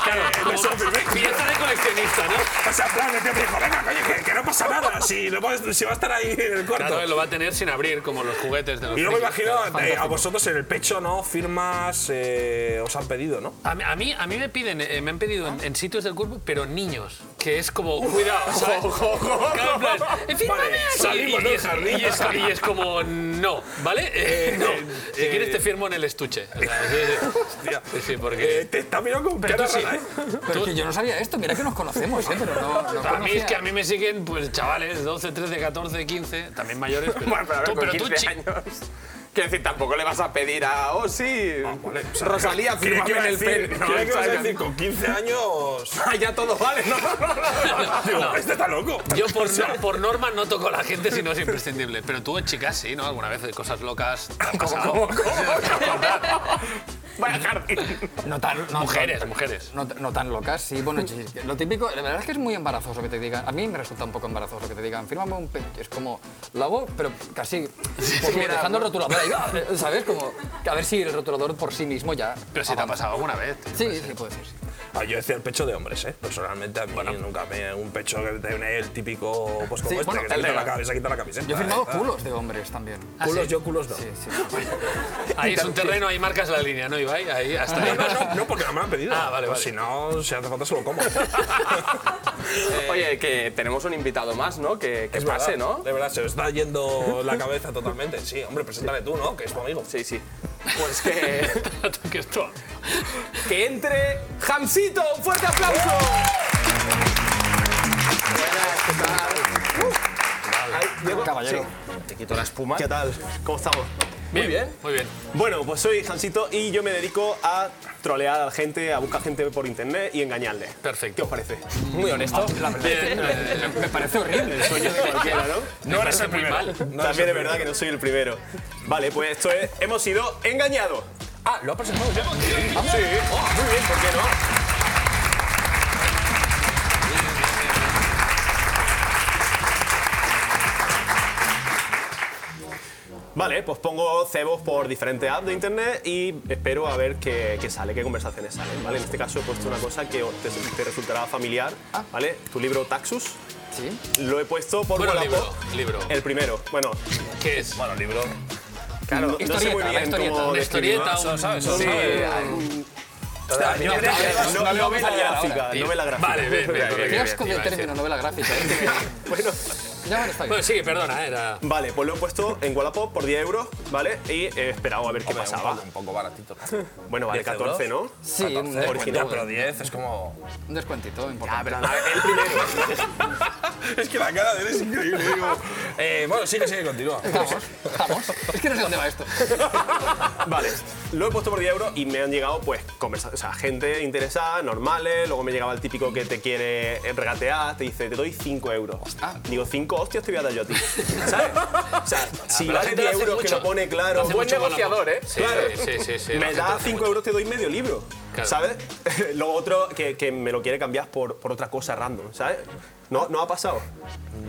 Speaker 3: claro,
Speaker 2: Eh,
Speaker 3: entonces lo firmé.
Speaker 2: Pieza de coleccionista, ¿no?
Speaker 3: O sea, Pues en plan, el tío me dijo, venga, coño, que, que no pasa nada, si, lo vas- si va a estar ahí en el cuarto.
Speaker 2: Claro, lo va a tener sin abrir, como los juguetes de los
Speaker 3: y luego me
Speaker 2: frikis.
Speaker 3: imagino eh, a vosotros en el pecho, ¿no? Firmas eh, os han pedido, ¿no?
Speaker 2: A mí, a mí, a mí me piden, eh, me han pedido en, en sitios del cuerpo, pero niños, que es como,
Speaker 3: (laughs)
Speaker 2: cuidado, ¿sabes? Claro, en plan, "Eh, fírmame
Speaker 3: Vale,
Speaker 2: aquí".
Speaker 3: salimos del
Speaker 2: y, es,
Speaker 3: jardín.
Speaker 2: y es- y es como, no, ¿vale? Eh, no. si quieres te firmo en el estuche. O sea, sí, sí.
Speaker 3: Hostia.
Speaker 2: Sí, sí, porque...
Speaker 3: Eh, te está mirando con
Speaker 2: Pero
Speaker 3: cara
Speaker 2: tú sí.
Speaker 3: rara, ¿eh?
Speaker 7: Pero es que yo no sabía esto, mira que nos conocemos, ¿eh? Pero no, no
Speaker 2: A mí es
Speaker 7: conocía.
Speaker 2: que a mí me siguen pues chavales 12, 13, 14, 15, también mayores, pero,
Speaker 4: Bueno, pero a ver,
Speaker 2: tú,
Speaker 4: con
Speaker 2: pero tú
Speaker 4: 15
Speaker 2: chi-
Speaker 4: años. Quiero decir, tampoco le vas a pedir a. Oh, sí. Rosalía,
Speaker 3: ¿Qué- qué iba
Speaker 4: fírmame
Speaker 3: a
Speaker 4: en el
Speaker 3: decir?
Speaker 4: pen.
Speaker 3: No, ¿qué ibas a
Speaker 4: ¿sabes?
Speaker 3: decir? Con 15
Speaker 7: (laughs)
Speaker 3: años.
Speaker 4: (laughs) Ah, ya todo vale. No, no, no, no,
Speaker 7: Ah,
Speaker 4: no.
Speaker 3: (laughs) Digo, pues, este está
Speaker 7: (laughs)
Speaker 3: loco.
Speaker 2: Yo por, no- por norma no toco a la gente si no es imprescindible. Pero tú, chicas, sí, ¿no? Alguna vez de cosas locas. (laughs) te han pasado.
Speaker 4: Vaya jardín.
Speaker 7: No tan,
Speaker 2: Mujeres, mujeres.
Speaker 7: No, no tan locas,
Speaker 1: (laughs)
Speaker 7: sí. Bueno, sí, lo típico, la verdad es que es muy embarazoso que te digan. A mí me resulta un poco embarazoso que te digan, fírmame un pe-". Es como, lo hago, pero
Speaker 1: (laughs)
Speaker 7: casi como
Speaker 2: mira,
Speaker 7: dejando el
Speaker 1: pues.
Speaker 7: rotulador ahí, ¡ah! ¿sabes? Como, a ver si el rotulador por sí mismo ya.
Speaker 2: Pero si te ha
Speaker 7: avanza.
Speaker 2: pasado alguna vez.
Speaker 7: Sí, sí, puede ser. sí.
Speaker 3: Ah, yo decía el pecho de hombres, ¿eh? Personalmente a mí nunca me... Un pecho que te viene el típico... Pues como
Speaker 7: Sí,
Speaker 3: este,
Speaker 7: bueno,
Speaker 3: que te
Speaker 7: el
Speaker 3: quita
Speaker 7: de-
Speaker 3: la cabeza, quita la camiseta.
Speaker 7: Yo he firmado
Speaker 3: ¿eh? Ah.
Speaker 7: culos de hombres también.
Speaker 3: Culos
Speaker 7: sí?
Speaker 3: yo, culos no.
Speaker 7: Sí, sí.
Speaker 2: Ahí es un terreno, ahí marcas la línea, ¿no, Ibai? Ahí, hasta ahí.
Speaker 3: No, no, no,
Speaker 2: (laughs)
Speaker 3: no, porque no me han pedido.
Speaker 2: Ah, vale,
Speaker 3: Pues
Speaker 2: vale.
Speaker 3: Si no, si hace falta se lo
Speaker 2: (laughs)
Speaker 3: como.
Speaker 2: Eh.
Speaker 4: Oye, que tenemos un invitado más, ¿no? Que, que
Speaker 3: Es
Speaker 4: pase,
Speaker 3: verdad,
Speaker 4: ¿no?
Speaker 3: De verdad, se me está yendo la cabeza (laughs) totalmente. Sí, hombre, preséntale tú, ¿no? Que es tu amigo.
Speaker 4: Sí, sí. Pues
Speaker 2: (laughs)
Speaker 4: que,
Speaker 2: No toques todo.
Speaker 4: que entre Jamsito. Un fuerte aplauso.
Speaker 1: Caballero. Te quito la espuma. ¿Qué tal? ¿Cómo estamos?
Speaker 2: Muy bien. Muy bien.
Speaker 1: Bueno, pues soy Jansito y yo me dedico a trolear a la gente, a buscar gente por internet y engañarle.
Speaker 2: Perfecto. eh,
Speaker 1: ¿Qué os parece?
Speaker 4: Muy honesto.
Speaker 1: La verdad es que-
Speaker 7: Me parece horrible.
Speaker 1: el sueño de cualquiera, ¿no?
Speaker 3: No eres el primero.
Speaker 1: También es verdad que no soy el primero. Vale, pues esto es. Hemos sido engañados.
Speaker 3: Ah, lo ha presentado ya.
Speaker 1: Ah, Sí. Oh, muy bien, ¿por qué no? Vale, pues pongo cebos por diferentes apps de internet y espero a ver qué, qué sale, qué conversaciones salen, ¿vale? En este caso he puesto una cosa que te, te resultará familiar, ¿vale? Tu libro Taxus. Sí. Lo he puesto por
Speaker 2: Bueno,
Speaker 1: Wallapop.
Speaker 2: libro, libro.
Speaker 4: Eh,
Speaker 1: El primero. Bueno,
Speaker 2: ¿Qué es?
Speaker 3: Bueno, libro.
Speaker 1: claro, no, no sé muy
Speaker 7: historieta, la
Speaker 1: bien
Speaker 7: historieta.
Speaker 1: cómo
Speaker 2: Una
Speaker 1: describirlo.
Speaker 2: historieta,
Speaker 3: Eso
Speaker 2: un...
Speaker 3: lo sabes, eso lo
Speaker 1: Sí,
Speaker 3: sabes.
Speaker 1: un-
Speaker 3: Yo creo que es
Speaker 1: no,
Speaker 3: una
Speaker 1: novela
Speaker 3: novela
Speaker 1: gráfica,
Speaker 2: Tío.
Speaker 1: novela gráfica.
Speaker 2: Vale, bien, bien, bien,
Speaker 7: Qué
Speaker 2: bien,
Speaker 7: asco
Speaker 2: bien,
Speaker 7: de
Speaker 2: Ibai, sí.
Speaker 7: término, novela gráfica.
Speaker 1: (laughs)
Speaker 7: ¿eh? Que-
Speaker 1: Bueno,
Speaker 7: Ya, bueno, está bien.
Speaker 2: Bueno, sí, perdona, eh, era...
Speaker 1: vale, pues lo he puesto en Wallapop por 10 euros, ¿vale? Y he esperado a ver qué
Speaker 3: Hombre, un
Speaker 1: pasaba.
Speaker 3: poco- Un poco baratito. (laughs)
Speaker 1: Bueno, vale,
Speaker 3: 10
Speaker 1: 14,
Speaker 3: euros.
Speaker 1: ¿no?
Speaker 7: Sí, un,
Speaker 3: Eh,
Speaker 7: descuento,
Speaker 3: cuenta, pero 10 es como...
Speaker 7: un descuentito
Speaker 1: Ah,
Speaker 7: importante.
Speaker 1: pero nada, el primero.
Speaker 3: Es que la cara de él es increíble. Digo. Eh, bueno, sigue, sigue,
Speaker 1: (laughs)
Speaker 3: continúa.
Speaker 7: Vamos, vamos. Es que no sé dónde va esto.
Speaker 1: Vale, lo he puesto por 10 euros y me han llegado, pues, conversa- o sea, gente interesada, normales. Luego me llegaba el típico que te quiere regatear, te dice, te doy 5 euros. Digo, 5 hostias te voy a dar yo a ti.
Speaker 2: (laughs)
Speaker 1: ¿Sabes? O sea, si
Speaker 2: Ah, pero la
Speaker 1: vale
Speaker 2: gente lo
Speaker 1: 10
Speaker 2: hace
Speaker 1: euros que
Speaker 2: mucho.
Speaker 1: lo pone claro.
Speaker 2: Lo hace
Speaker 1: buen
Speaker 2: mucho con la
Speaker 1: negociador,
Speaker 2: boca.
Speaker 1: ¿eh?
Speaker 2: Sí,
Speaker 1: Claro.
Speaker 2: sí, sí, sí, la
Speaker 1: me
Speaker 2: gente lo
Speaker 1: da
Speaker 2: hace
Speaker 1: 5 euros, te doy medio libro.
Speaker 2: Claro.
Speaker 1: ¿Sabes? (laughs) Luego otro que, que me lo quiere cambiar por, por otra cosa random, ¿sabes? No, no ha pasado.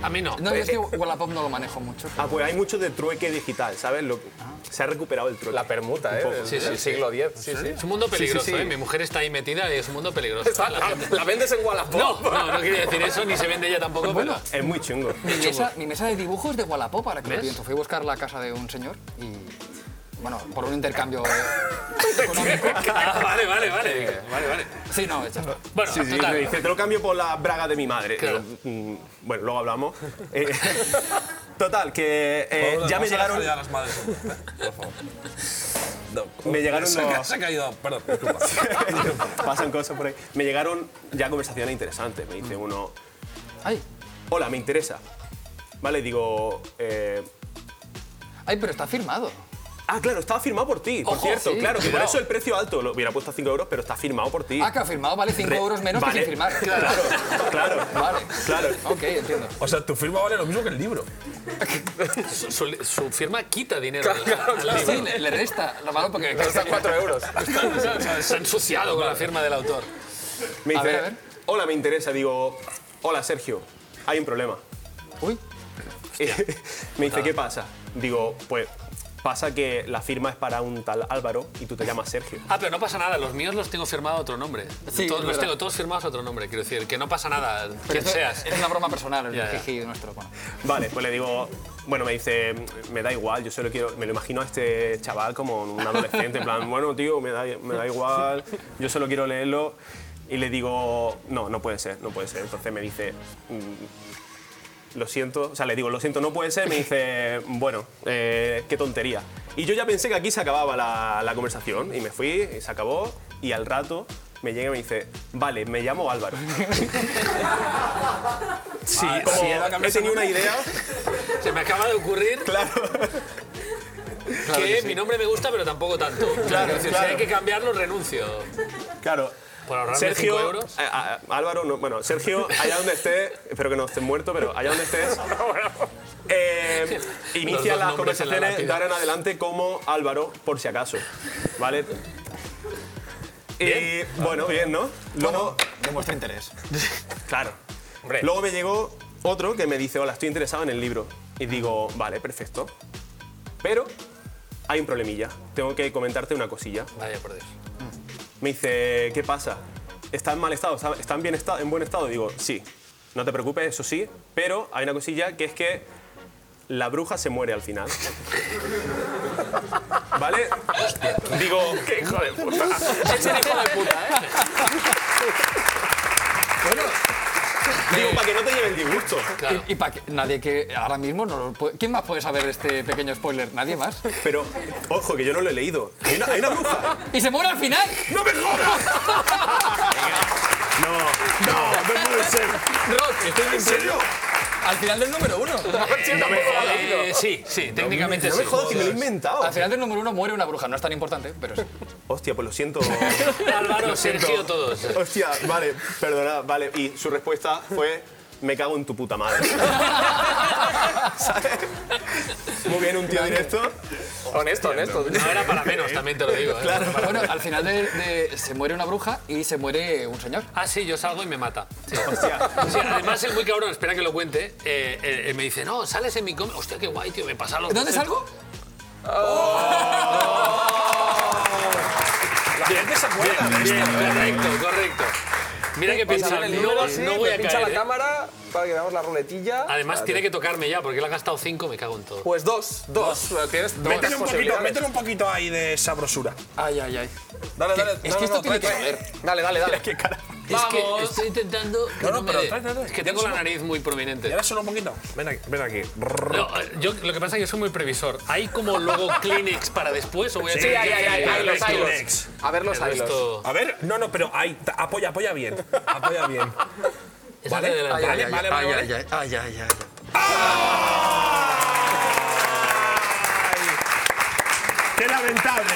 Speaker 2: A mí no.
Speaker 7: No, yo
Speaker 1: (laughs)
Speaker 7: es que Wallapop no lo manejo mucho.
Speaker 1: Ah, pues hay mucho de trueque digital, ¿sabes? Lo- se ha recuperado el trueque.
Speaker 4: La permuta, ¿eh?
Speaker 1: poco.
Speaker 4: Del,
Speaker 2: Sí, sí,
Speaker 4: del
Speaker 2: sí.
Speaker 4: siglo X. Sí, sí.
Speaker 2: Es un mundo peligroso,
Speaker 4: Sí, sí, sí.
Speaker 2: ¿eh? Mi mujer está ahí metida y es un mundo peligroso. ¿eh? La
Speaker 4: La,
Speaker 2: gente-
Speaker 4: la vendes en Wallapop.
Speaker 2: No, no, no quería decir eso, ni se vende ella tampoco, pero...
Speaker 1: Es muy chungo.
Speaker 7: Mi mesa, mi mesa de dibujos de Wallapop, ahora que lo
Speaker 2: ¿Ves?
Speaker 7: pienso. Fui a buscar la casa de un señor y... Bueno, por un intercambio eh, económico.
Speaker 2: (laughs) Ah, vale, vale, vale. Vale, vale.
Speaker 7: Sí, no, ya está.
Speaker 2: Bueno,
Speaker 1: Sí, sí,
Speaker 2: total.
Speaker 1: me dice, te lo cambio por la braga de mi madre.
Speaker 2: Claro.
Speaker 1: Digo, mm, bueno, luego hablamos. Eh, (laughs) total, que eh,
Speaker 3: Vamos
Speaker 1: ya
Speaker 3: a
Speaker 1: me
Speaker 3: dejar
Speaker 1: llegaron,
Speaker 3: ya las madres, por favor. No,
Speaker 1: (laughs) me llegaron
Speaker 3: se, ha-
Speaker 1: los...
Speaker 3: se ha caído, perdón, disculpa.
Speaker 1: pasan cosas por ahí. Me llegaron ya conversaciones interesantes. Me dice uno,
Speaker 7: Ay,
Speaker 1: hola, me interesa. Vale, digo, eh,
Speaker 7: ay, pero está firmado.
Speaker 1: ah, claro, estaba firmado por ti, por
Speaker 7: Ojo,
Speaker 1: cierto.
Speaker 7: sí,
Speaker 1: claro, que por
Speaker 7: cuidado.
Speaker 1: eso el precio alto, lo hubiera puesto a 5 euros, pero está firmado por ti.
Speaker 7: Ah, que ha firmado vale 5
Speaker 1: Re-
Speaker 7: euros menos
Speaker 1: vale.
Speaker 7: que sin firmar.
Speaker 1: (laughs) Claro, claro.
Speaker 7: Vale.
Speaker 1: Claro.
Speaker 7: Ok, entiendo.
Speaker 3: O sea, tu firma vale lo mismo que el libro.
Speaker 2: Su, su- su firma quita dinero. al- al libro.
Speaker 4: (laughs)
Speaker 7: Sí, le, le resta lo malo
Speaker 1: (laughs)
Speaker 7: porque...
Speaker 4: Cuesta 4 euros.
Speaker 2: O sea, Se ha ensuciado con la firma del autor.
Speaker 1: Me
Speaker 7: A
Speaker 1: dice,
Speaker 7: ver, a ver.
Speaker 1: hola, me interesa. Digo, hola, Sergio, hay un problema. (laughs) Eh,
Speaker 7: Uy,
Speaker 1: me dice, ¿qué pasa? Digo, pues pasa que la firma es para un tal Álvaro y tú te llamas Sergio.
Speaker 2: Ah, pero no pasa nada, los míos los tengo firmado a otro nombre.
Speaker 7: Sí,
Speaker 2: todos, los
Speaker 7: es verdad.
Speaker 2: tengo todos firmados a otro nombre, quiero decir, que no pasa nada,
Speaker 7: pero
Speaker 2: quien
Speaker 7: esto
Speaker 2: seas.
Speaker 7: es una broma personal, el
Speaker 2: Ya, ya.
Speaker 7: jiji nuestro. Bueno.
Speaker 1: Vale, pues le digo, bueno, me dice, me da igual, yo solo quiero, me lo imagino a este chaval como un adolescente, en plan, (laughs) bueno, tío, me da, me da igual, yo solo quiero leerlo. Y le digo, no, no puede ser, no puede ser. Entonces me dice, mm, lo siento, o sea, le digo, lo siento, no puede ser. Me dice, (laughs) bueno, eh, qué tontería. Y yo ya pensé que aquí se acababa la, la conversación y me fui, y se acabó, y al rato me llega y me dice, vale, me llamo Álvaro. sí, como
Speaker 3: sí, era la
Speaker 1: he tenido una idea.
Speaker 2: Se me acaba de ocurrir
Speaker 1: Claro.
Speaker 7: Claro
Speaker 2: que
Speaker 7: que sí.
Speaker 2: mi nombre me gusta, pero tampoco tanto.
Speaker 13: Claro,
Speaker 2: si
Speaker 13: claro.
Speaker 2: hay que cambiarlo, renuncio.
Speaker 13: Claro.
Speaker 2: Por ahorrarme
Speaker 13: Sergio, eh,
Speaker 2: cinco euros.
Speaker 13: a- a- Álvaro, no- bueno, Sergio, allá donde estés, espero que no estés muerto, pero allá donde
Speaker 2: (laughs)
Speaker 13: estés, eh,
Speaker 2: Los
Speaker 13: inicia
Speaker 2: dos
Speaker 13: las
Speaker 2: nombres en la
Speaker 13: conversaciones de
Speaker 2: lápida.
Speaker 13: ahora en adelante como Álvaro, por si acaso, ¿vale? Y bueno, bien, ¿no? Luego demuestra interés. (laughs) Claro. Luego me llegó otro que me dice, hola, estoy interesado en el libro. Y digo, vale, perfecto. Pero hay un problemilla. Tengo que comentarte una cosilla.
Speaker 2: Vaya, por Dios.
Speaker 13: Me dice, ¿qué pasa? ¿Está en mal estado? ¿Está, está en, bien estado, en buen estado? Digo, sí. No te preocupes, eso sí. Pero hay una cosilla que es que la bruja se muere al final. ¿Vale? Digo, qué hijo de puta.
Speaker 4: (laughs) Es el hijo de puta, ¿eh?
Speaker 13: Digo, para que no te lleve el disgusto.
Speaker 7: Y, para que nadie que ahora mismo no lo puede- ¿Quién más puede saber este pequeño spoiler? Nadie más.
Speaker 13: Pero, ojo, que yo no lo he leído. Hay una, hay una bruja.
Speaker 7: (laughs) ¡Y se muere al final!
Speaker 13: ¡No me jodas!
Speaker 7: (laughs)
Speaker 13: No, no, no puede ser.
Speaker 5: Rock, estoy
Speaker 13: ¿En serio?
Speaker 5: Al final del número
Speaker 13: (laughs)
Speaker 5: uno.
Speaker 7: No me jodas.
Speaker 2: Eh, sí, sí, técnicamente
Speaker 7: no
Speaker 2: sí.
Speaker 7: me jodas, que me lo he
Speaker 13: inventado.
Speaker 7: Al final del número uno muere una bruja, no es tan importante, pero sí.
Speaker 13: Hostia, pues lo siento.
Speaker 2: Álvaro,
Speaker 13: Lo siento.
Speaker 2: Sergio, todos.
Speaker 13: Hostia, vale, perdona, vale. Y su respuesta fue, me cago en tu puta madre. ¿Sabes? Muy bien, un tío directo.
Speaker 4: Honesto, honesto.
Speaker 2: No era para menos, también te lo digo. ¿eh?
Speaker 7: Bueno, al final de, de- se muere una bruja y se muere un señor.
Speaker 2: Ah, sí, yo salgo y me mata. Sí.
Speaker 13: Hostia.
Speaker 2: Sí, además es muy cabrón, espera que lo cuente. Eh, eh, eh, me dice, no, sales en mi cómic. Hostia, qué guay, tío, me pasa lo
Speaker 7: ¿Dónde salgo?
Speaker 2: Bien, bien, bien, correcto, correcto. Mira que pensaba,
Speaker 4: pues el
Speaker 2: no,
Speaker 4: número así,
Speaker 2: no voy
Speaker 4: me
Speaker 2: a
Speaker 4: pincha
Speaker 2: caer.
Speaker 4: la
Speaker 2: ¿eh?
Speaker 4: cámara para que veamos la ruletilla.
Speaker 2: Además,
Speaker 4: Vale.
Speaker 2: tiene que tocarme ya, porque le ha gastado cinco, me cago en todo.
Speaker 4: Pues dos, dos. Tienes dos
Speaker 3: Métele un, poquito,
Speaker 4: posibilidades.
Speaker 3: métele un poquito ahí de sabrosura.
Speaker 7: Ay, ay, ay.
Speaker 4: Dale, dale.
Speaker 7: Es que esto tiene que
Speaker 4: Dale, dale, (laughs) dale.
Speaker 2: Es que estoy intentando. que
Speaker 3: No, no,
Speaker 2: no me
Speaker 3: pero
Speaker 2: dé.
Speaker 3: trae, trae, trae.
Speaker 2: Es que tengo la nariz muy prominente.
Speaker 3: ¿Y ahora solo un poquito? Ven aquí. Ven aquí.
Speaker 2: No, eh, yo, lo que pasa es que soy muy previsor. ¿Hay
Speaker 3: (laughs)
Speaker 2: como luego Kleenex para después o voy a
Speaker 3: Sí,
Speaker 2: tener
Speaker 3: hay,
Speaker 2: que
Speaker 3: hay, hay,
Speaker 2: hacer
Speaker 3: hay,
Speaker 2: el
Speaker 3: los, hay,
Speaker 2: resto?
Speaker 3: los.
Speaker 4: A ver los
Speaker 2: El
Speaker 4: hilos.
Speaker 2: resto-
Speaker 3: A ver, no, no, pero ahí. ta- Apoya, apoya bien. Apoya bien.
Speaker 2: Esa
Speaker 3: ¿Vale?
Speaker 2: de delante.
Speaker 3: Vale, vale, vale.
Speaker 5: ay,
Speaker 3: vale.
Speaker 5: ay, ay, ay, ay, ay.
Speaker 3: ¡Qué lamentable!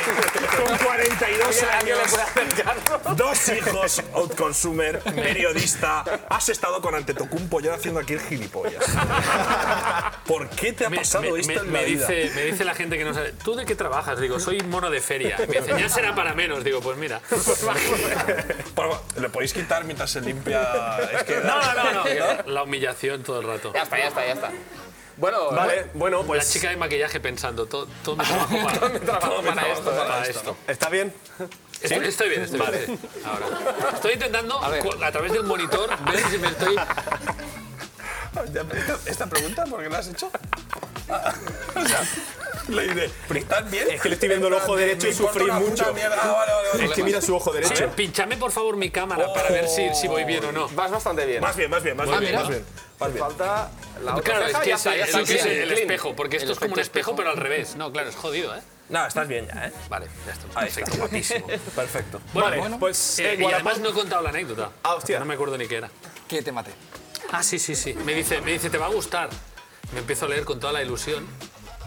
Speaker 3: Con 42 años, dos hijos, outconsumer, periodista, has estado con Antetokounmpo yo haciendo aquí el gilipollas. ¿Por qué te ha pasado
Speaker 2: me,
Speaker 3: esto
Speaker 2: me-
Speaker 3: en
Speaker 2: me
Speaker 3: la vida?
Speaker 2: dice, me dice la gente que no sabe, ¿tú de qué trabajas? Digo, soy mono de feria. Y Me dice, ya será para menos. Digo,
Speaker 3: (laughs)
Speaker 2: pues mira.
Speaker 3: Por favor, ¿Le podéis quitar mientras se limpia? Es que...
Speaker 2: No, no, no, no. (laughs) La humillación todo el rato.
Speaker 4: Ya está, ya está, ya está. Bueno,
Speaker 13: Vale, bueno,
Speaker 2: La
Speaker 13: pues...
Speaker 2: chica de maquillaje pensando, todo, todo mi trabajo para, todo mi
Speaker 4: trabajo para
Speaker 2: trabajo
Speaker 4: esto,
Speaker 2: para esto.
Speaker 13: ¿Está bien?
Speaker 2: Estoy, estoy bien, estoy bien. sí. Ahora. Estoy intentando, cu- a, través del monitor, ver si me estoy...
Speaker 3: ¿Esta, esta pregunta por qué la has hecho? O sea, le dice, "¿Pero ¿estás bien?
Speaker 13: Es que le estoy viendo el ojo
Speaker 3: Me-
Speaker 13: derecho
Speaker 3: me
Speaker 13: y sufrir
Speaker 3: importa una puta
Speaker 13: mucho.
Speaker 3: mierda. Ah, vale, vale, vale.
Speaker 13: Es que mira su ojo
Speaker 2: Sí,
Speaker 13: derecho.
Speaker 2: pinchame, por favor, mi cámara para ver si, si voy bien o no.
Speaker 4: vas bastante bien.
Speaker 3: Más bien, más bien, más
Speaker 2: Muy
Speaker 3: bien,
Speaker 2: bien,
Speaker 3: más bien. Más bien.
Speaker 4: Falta la otra
Speaker 2: Claro, es
Speaker 4: ceja,
Speaker 2: que
Speaker 4: ya
Speaker 2: es,
Speaker 4: está, ya
Speaker 2: es
Speaker 4: está,
Speaker 2: lo que es
Speaker 4: bien.
Speaker 2: el
Speaker 4: Clean.
Speaker 2: espejo, porque esto es como un espejo, pero al revés. No, claro, es jodido, ¿eh?
Speaker 3: No, estás bien ya, ¿eh?
Speaker 2: Vale, ya está. Perfecto, guapísimo.
Speaker 3: Perfecto.
Speaker 2: Bueno,
Speaker 13: Vale, pues...
Speaker 2: Eh,
Speaker 13: eh,
Speaker 2: y además
Speaker 13: Guadalajara-
Speaker 2: no he contado la anécdota.
Speaker 13: Ah, hostia.
Speaker 2: que No me acuerdo ni qué era.
Speaker 7: Que te mate.
Speaker 2: Ah, sí, sí, sí. Me dice, me dice, te va a gustar. Me empiezo a leer con toda la ilusión.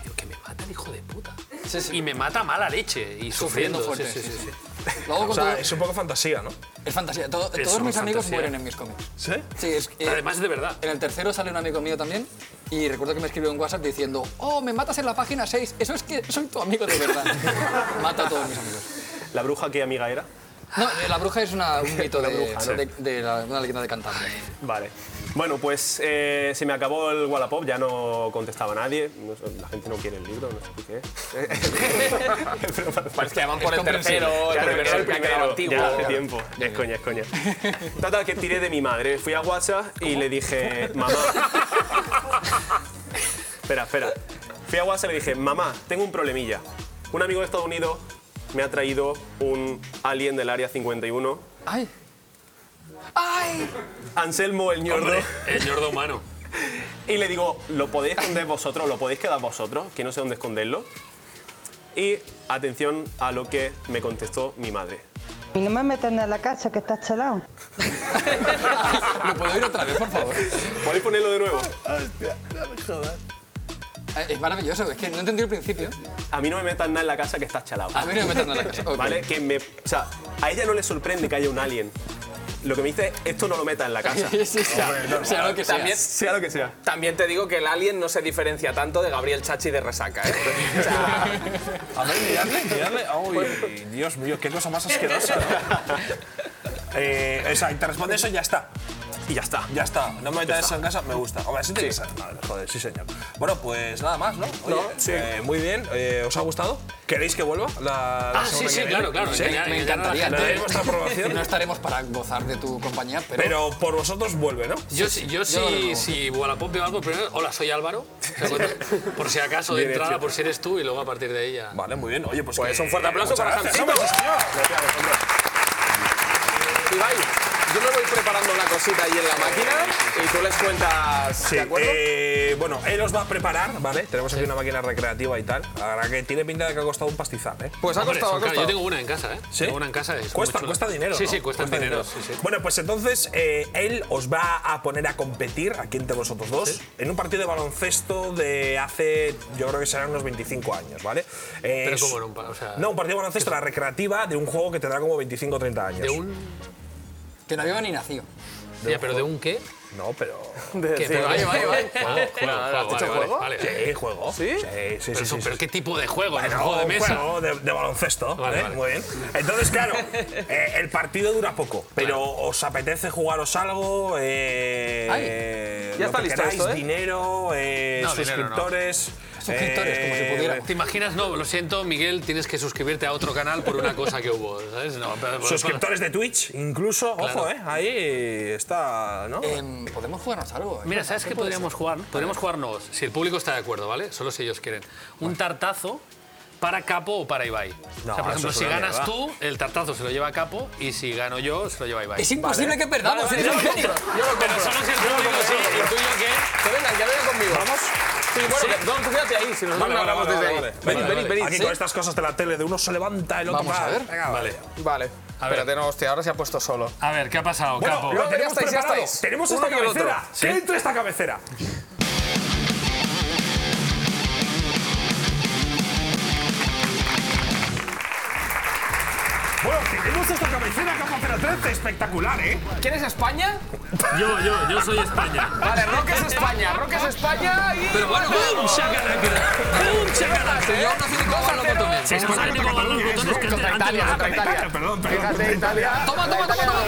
Speaker 2: Digo, que me mata el hijo de puta.
Speaker 7: Sí, sí.
Speaker 2: Y me mata mala leche y sufriendo.
Speaker 7: Sufriendo fuerte,
Speaker 2: sí, sí, sí,
Speaker 7: sí,
Speaker 2: sí.
Speaker 7: Lo hago
Speaker 3: O
Speaker 7: con
Speaker 3: sea,
Speaker 2: eh,
Speaker 7: todo-
Speaker 3: es un poco fantasía, ¿no?
Speaker 7: Es fantasía. Todo-
Speaker 2: es
Speaker 7: todos
Speaker 2: una
Speaker 7: mis amigos
Speaker 2: fantasía.
Speaker 7: mueren en mis cómics.
Speaker 3: ¿Sí?
Speaker 7: Sí, es que-
Speaker 2: Además, de verdad.
Speaker 7: En el tercero sale un amigo mío también y recuerdo que me escribió en WhatsApp diciendo, oh, me matas en la página 6, eso es que soy tu amigo de
Speaker 2: (laughs)
Speaker 7: verdad. Mata a todos mis amigos.
Speaker 13: ¿La bruja qué amiga era?
Speaker 7: No, eh, la bruja es
Speaker 13: (laughs)
Speaker 7: una, un mito de,
Speaker 13: bruja,
Speaker 7: de- de la- una leyenda de Cantabria.
Speaker 13: Vale. Bueno, pues eh, se me acabó el Wallapop, ya no contestaba nadie. No sé, la gente no quiere el libro, no sé por qué.
Speaker 4: Parece Pues que van por el tercero,
Speaker 13: Claro,
Speaker 4: el primero,
Speaker 13: era
Speaker 4: el que ha quedado antiguo.
Speaker 13: Ya hace tiempo. Es coña, es coña. Total, que tiré de mi madre. Fui a WhatsApp y le dije, mamá. espera, espera. Fui a WhatsApp y le dije, mamá, tengo un problemilla. Un amigo de Estados Unidos me ha traído un alien del área 51.
Speaker 7: ¡Ay! ¡Ay!
Speaker 13: Anselmo el ñordo.
Speaker 2: Hombre, el ñordo humano.
Speaker 13: Y le digo, ¿lo podéis esconder vosotros? ¿Lo podéis quedar vosotros? Que no sé dónde esconderlo. Y atención a lo que me contestó mi madre.
Speaker 14: Y no me metan a la casa que estás chalado.
Speaker 7: ¿Lo puedo ir otra vez, por favor?
Speaker 13: ¿Podéis ponerlo de nuevo?
Speaker 7: Eh, Es maravilloso, es que no entendí el principio.
Speaker 13: A mí no me metan nada en la casa que estás chalado.
Speaker 7: A mí no me metan nada en la casa,
Speaker 13: (laughs)
Speaker 7: ok.
Speaker 13: ¿Vale? Que me, o sea, a ella no le sorprende que haya un alien. Lo que me dice es, esto no lo meta en la casa.
Speaker 4: Sí, sí, sea- sea lo que sea.
Speaker 13: También- sea lo que sea.
Speaker 4: También te digo que el alien no se diferencia tanto de Gabriel Chachi de Resaca, ¿eh? O sea,
Speaker 3: A ver, miradle, miradle. Uy, Dios mío, qué cosa más asquerosa. ¿no? Eh, o sea, y te responde eso y ya está. Y ya está. Ya está. No me metas eso en casa, me gusta. Hombre, sí tiene que ser. Vale, joder, sí, señor. Bueno, pues nada más, ¿no? Oye, eh, muy bien. eh, ¿Os ha gustado? ¿Queréis que vuelva la, la
Speaker 7: Ah,
Speaker 3: semana que viene?
Speaker 7: Sí, me encantaría.
Speaker 3: Le daré vuestra aprobación. (laughs)
Speaker 7: No estaremos para gozar de tu compañía, pero.
Speaker 3: Pero por vosotros vuelve, ¿no?
Speaker 2: Yo, sí, yo
Speaker 7: yo lo
Speaker 2: sí,
Speaker 7: digo.
Speaker 2: si Wallapop veo algo, primero, hola, soy Álvaro. O sea, cuando- por si acaso, de
Speaker 3: Bien
Speaker 2: entrada,
Speaker 3: hecho.
Speaker 2: por si eres tú y luego a partir de ella.
Speaker 3: Vale, muy bien. Oye, pues,
Speaker 2: Pues
Speaker 3: que-
Speaker 2: un fuerte aplauso
Speaker 3: muchas
Speaker 2: para
Speaker 3: gracias,
Speaker 2: Jancito.
Speaker 3: hombre, sí, señor.
Speaker 4: Ibai, yo me voy preparando una cosita ahí en la máquina y tú les cuentas,
Speaker 3: Sí,
Speaker 4: ¿de acuerdo?
Speaker 3: eh, bueno, él os va a preparar, ¿vale? Tenemos aquí una máquina recreativa y tal. Ahora que tiene pinta de que ha costado un pastizal, ¿eh?
Speaker 4: Pues ha
Speaker 2: Hombre,
Speaker 4: costado, ha
Speaker 2: son caras.
Speaker 4: costado.
Speaker 2: Yo tengo una en casa, ¿eh?
Speaker 3: ¿Sí?
Speaker 2: Tengo una en casa. es muy
Speaker 3: Cuesta,
Speaker 2: chula.
Speaker 3: cuesta dinero.
Speaker 2: Sí,
Speaker 3: ¿no?
Speaker 2: sí, cuesta dinero. sí, sí.
Speaker 3: Bueno, pues entonces eh, él os va a poner a competir aquí entre vosotros dos en un partido de baloncesto de hace, yo creo que serán unos 25 años, ¿vale? Eh,
Speaker 2: Pero
Speaker 3: es-
Speaker 2: cómo no, o sea,
Speaker 3: No, un partido de baloncesto, la recreativa de un juego que tendrá como 25 o 30 años.
Speaker 2: de un...
Speaker 7: Que no había ni nacido.
Speaker 2: Ya, pero de un qué?
Speaker 3: No,
Speaker 2: (laughs)
Speaker 3: pero.
Speaker 2: ¿Qué? Pero vale, vale, vale. Ah, juego,
Speaker 3: ¿Has
Speaker 2: juego,
Speaker 3: dicho
Speaker 2: vale,
Speaker 3: juego?
Speaker 2: vale, vale.
Speaker 3: Sí, juego. Sí, sí, sí.
Speaker 2: Pero
Speaker 3: sí,
Speaker 2: eso,
Speaker 3: sí,
Speaker 2: ¿Pero
Speaker 3: sí.
Speaker 2: qué tipo de juego? ¿No?
Speaker 3: Bueno,
Speaker 2: ¿Juego de mesa?
Speaker 3: juego de, de baloncesto.
Speaker 2: Vale,
Speaker 3: ¿eh?
Speaker 2: vale.
Speaker 3: Muy bien. Entonces, claro,
Speaker 2: (laughs)
Speaker 3: eh, el partido dura poco, pero ¿os apetece jugaros algo? Eh,
Speaker 2: Ay,
Speaker 3: lo
Speaker 2: ya está
Speaker 3: que
Speaker 2: listo
Speaker 3: queráis,
Speaker 2: esto, ¿eh?
Speaker 3: dinero, eh,
Speaker 2: No, dinero no.
Speaker 3: suscriptores.
Speaker 2: Suscriptores, como si
Speaker 3: eh,
Speaker 2: ¿Te imaginas? No, lo siento, Miguel, tienes que suscribirte a otro canal por una cosa que hubo, ¿sabes? No, pero-
Speaker 3: Suscriptores de Twitch, incluso.
Speaker 2: Claro. Eh,
Speaker 3: Ojo, ¿eh? Ahí está, ¿no?
Speaker 7: Podemos jugarnos algo.
Speaker 2: Mira, ¿sabes qué podríamos jugar? Podríamos jugarnos, si el público está de acuerdo, ¿vale? Solo si ellos quieren. Un tartazo para Capo o para Ibai.
Speaker 3: No,
Speaker 2: o sea, por
Speaker 3: eso
Speaker 2: ejemplo,
Speaker 3: es
Speaker 2: si
Speaker 3: una
Speaker 2: ganas
Speaker 3: mierda.
Speaker 2: tú, el tartazo se lo lleva a Capo y si gano yo, se lo lleva Ibai.
Speaker 7: Es imposible que perdamos,
Speaker 2: Vale,
Speaker 15: ¿eh?
Speaker 7: es
Speaker 2: vale,
Speaker 15: (laughs)
Speaker 2: yo lo
Speaker 7: ingenio.
Speaker 2: compro.
Speaker 7: Yo lo
Speaker 2: Pero
Speaker 7: compro.
Speaker 2: solo si el
Speaker 7: Yo lo
Speaker 2: público
Speaker 7: compro,
Speaker 2: sí,
Speaker 7: yo lo
Speaker 2: ¿y el
Speaker 7: compro.
Speaker 2: tuyo qué?
Speaker 4: Que vengan, que vengan conmigo.
Speaker 3: ¿Vamos?
Speaker 4: Sí, bueno,
Speaker 2: Sí.
Speaker 4: que- don, tú quédate ahí, si nosotros
Speaker 3: Vale,
Speaker 4: no
Speaker 3: vale,
Speaker 4: hablamos
Speaker 3: vale,
Speaker 4: desde
Speaker 3: vale.
Speaker 4: ahí. Venid,
Speaker 3: Vale,
Speaker 4: venid,
Speaker 3: vale.
Speaker 4: venid.
Speaker 3: Aquí
Speaker 4: sí.
Speaker 3: con estas cosas de la tele, de uno se levanta, el otro
Speaker 7: Vamos a
Speaker 3: va.
Speaker 7: ver.
Speaker 3: Venga, vale.
Speaker 4: Vale.
Speaker 2: A ver.
Speaker 4: Espérate, no, hostia, ahora se ha puesto solo.
Speaker 2: A ver, ¿qué ha pasado,
Speaker 3: Bueno,
Speaker 2: Capo?
Speaker 3: lo
Speaker 4: No, ya
Speaker 3: tenemos
Speaker 4: estáis, ya
Speaker 3: preparado.
Speaker 4: estáis.
Speaker 3: Tenemos
Speaker 4: Uno
Speaker 3: esta
Speaker 4: que el otro.
Speaker 3: cabecera.
Speaker 4: Sí.
Speaker 3: ¿Qué entra esta cabecera? Bueno, tenemos esta cabecera cabecera 13, espectacular, ¿eh?
Speaker 4: ¿Quién es España?
Speaker 2: Yo, yo, yo soy España.
Speaker 4: Vale, Roque es España, Roque es España y...
Speaker 2: Pero bueno, ¡boom! ¡Shakalaka! ¡Boom! ¡Shakalaka!
Speaker 4: ¿eh?
Speaker 7: Yo no sé ni cómo van los botones.
Speaker 2: Si no saben ni cómo van los botones, que
Speaker 4: Contra
Speaker 2: antes- antes
Speaker 4: Italia,
Speaker 2: lo
Speaker 4: contra
Speaker 2: sacaban.
Speaker 4: Italia.
Speaker 3: Perdón,
Speaker 4: Fíjate, Italia.
Speaker 7: Toma, toma, toma, toma.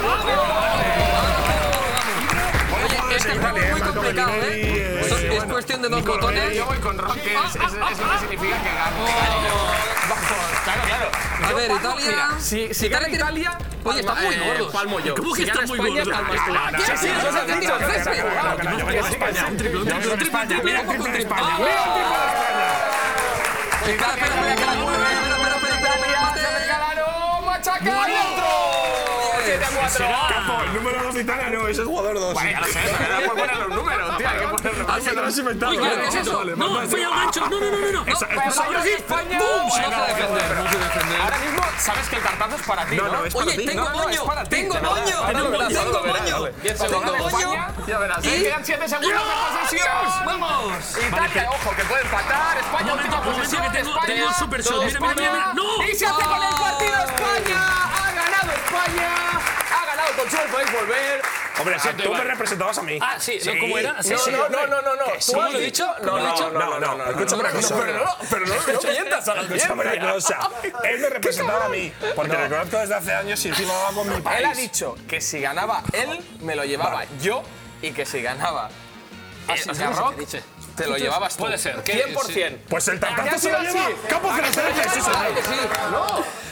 Speaker 7: Oye, este juego es muy complicado, ¿eh? Esto Es cuestión de dos botones.
Speaker 4: Yo voy con Roque, es- es- eso no significa que gane. Vamos, claro, claro.
Speaker 5: A ver,
Speaker 4: Yo palmo-
Speaker 5: Italia-
Speaker 4: mira, Si, si gana
Speaker 5: Italia tiene-
Speaker 4: Italia,
Speaker 5: Oye, está muy
Speaker 4: eh,
Speaker 5: gordos.
Speaker 4: Palmo yo.
Speaker 2: ¿Cómo que
Speaker 4: si gana
Speaker 2: está muy
Speaker 4: España,
Speaker 2: gordos?
Speaker 4: palmas tú.
Speaker 2: Ah,
Speaker 4: Sí, sí,
Speaker 5: no,
Speaker 4: eso
Speaker 5: no,
Speaker 4: se ha entendido,
Speaker 5: no, no,
Speaker 4: Césped.
Speaker 5: no, no, no,
Speaker 4: Wow,
Speaker 3: Yo voy con España.
Speaker 2: Un triple, un triple, un triple, un triple.
Speaker 3: Mira el triple de España. Mira el triple de España.
Speaker 5: Espera, espera, espera, que la mueve. Espera, espera, espera, espera, espera,
Speaker 4: Césped,
Speaker 5: espera.
Speaker 4: Galano, machaca y otro. Siete a cuatro.
Speaker 3: Capo, el número 2 de Italia no, ese es jugador 2.
Speaker 4: Bueno, ya lo sé, pero era por poner los números, tío, hay que poner los
Speaker 3: Se lo
Speaker 4: números.
Speaker 3: has inventado.
Speaker 5: Uy, claro, ¿qué es eso?
Speaker 2: No, fui al gancho. No, no, no, no, no.
Speaker 3: Esa-
Speaker 4: Pero
Speaker 3: esa-
Speaker 4: ahora sí, España.
Speaker 5: ¡Bum!
Speaker 4: Bueno,
Speaker 5: No se defiende,
Speaker 4: pero- Ahora mismo sabes que el tartazo es para ti, ¿no?
Speaker 3: No, no, es para
Speaker 5: Oye,
Speaker 3: ti.
Speaker 5: tengo
Speaker 4: No, no, es
Speaker 5: moño,
Speaker 4: para ti,
Speaker 5: tengo
Speaker 4: te lo verás,
Speaker 5: moño,
Speaker 4: ahora lo verás,
Speaker 5: tengo
Speaker 4: ahora lo verás,
Speaker 5: moño,
Speaker 4: vale. Diez
Speaker 5: tengo
Speaker 4: segundos de
Speaker 5: moño.
Speaker 4: España, Ya verás, ¿eh?
Speaker 5: Y-
Speaker 4: Quedan 7 segundos de posesión.
Speaker 5: ¡Vamos!
Speaker 4: Italia, ojo, que puede empatar. España,
Speaker 2: Momento,
Speaker 4: última
Speaker 2: momento,
Speaker 4: posesión.
Speaker 2: que tengo-
Speaker 4: España,
Speaker 2: tengo un super show. Mira, mira, mira, mira. ¡No!
Speaker 4: Y se hace con el partido España. Ha ganado España. Ha ganado Consuelo, podéis volver.
Speaker 3: Hombre, si
Speaker 2: Ah,
Speaker 3: tú me
Speaker 2: vale.
Speaker 3: representabas a mí.
Speaker 2: Ah, sí, ¿no? ¿Cómo era? Sí,
Speaker 4: No,
Speaker 2: sí.
Speaker 4: no, no, no, no, no.
Speaker 3: sí.
Speaker 4: ¿Tú has dicho? No, lo he dicho.
Speaker 3: No, no, no, no. Escúchame una cosa.
Speaker 4: Pero no, pero no, no mientas a la
Speaker 3: Escúchame
Speaker 4: audiencia.
Speaker 3: una cosa. Él me representaba a mí. Porque lo conozco desde hace años y encima va con mi país.
Speaker 4: Él ha dicho que si ganaba él, me lo llevaba yo y que si ganaba
Speaker 2: no sé
Speaker 4: Asinga Rock,
Speaker 2: qué dice.
Speaker 4: te lo llevabas tú.
Speaker 2: Puede ser, que-
Speaker 4: 100%.
Speaker 3: Pues el
Speaker 4: Ya
Speaker 3: tartazo se lo
Speaker 4: sí,
Speaker 3: lleva.
Speaker 4: sí.
Speaker 3: Capo que lo
Speaker 4: Ah,
Speaker 3: sí,
Speaker 4: claro
Speaker 3: señor.
Speaker 4: que sí. No.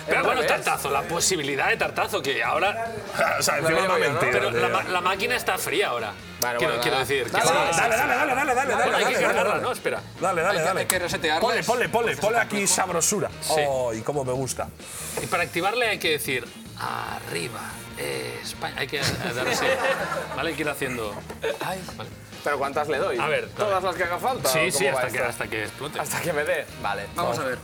Speaker 2: Pero
Speaker 4: Al
Speaker 2: bueno,
Speaker 4: revés.
Speaker 2: tartazo, la posibilidad de tartazo, que ahora.
Speaker 3: O sea, encima
Speaker 4: llevo
Speaker 3: me ha
Speaker 4: yo, ¿no?
Speaker 3: mentido.
Speaker 2: Pero la, ma-
Speaker 3: tío.
Speaker 2: la máquina está fría ahora.
Speaker 4: Vale,
Speaker 2: quiero,
Speaker 4: bueno,
Speaker 2: quiero
Speaker 4: nada.
Speaker 2: decir. que-
Speaker 4: Dale, dale,
Speaker 3: Dale, dale, dale, dale, dale, dale.
Speaker 2: Hay que
Speaker 3: dale, dale,
Speaker 2: ganarla,
Speaker 3: dale.
Speaker 2: ¿no? Espera.
Speaker 3: Dale, dale,
Speaker 7: Hay que- hay
Speaker 3: dale.
Speaker 7: que resetearla.
Speaker 3: Ponle, ponle, ponle, ponle aquí sabrosura.
Speaker 2: Sí.
Speaker 3: Ay, cómo me gusta.
Speaker 2: Y para activarle hay que decir. Arriba, eh, España. Hay que darse. Vale, hay que ir haciendo. Vale.
Speaker 4: Pero ¿cuántas le doy?
Speaker 2: A ver,
Speaker 4: ¿Todas
Speaker 2: dale.
Speaker 4: las que haga falta?
Speaker 2: Sí,
Speaker 4: ¿o
Speaker 2: sí,
Speaker 4: cómo va
Speaker 2: hasta que,
Speaker 4: esto?
Speaker 2: hasta que explote.
Speaker 4: Hasta que me dé. Vale.
Speaker 5: Vamos a ver.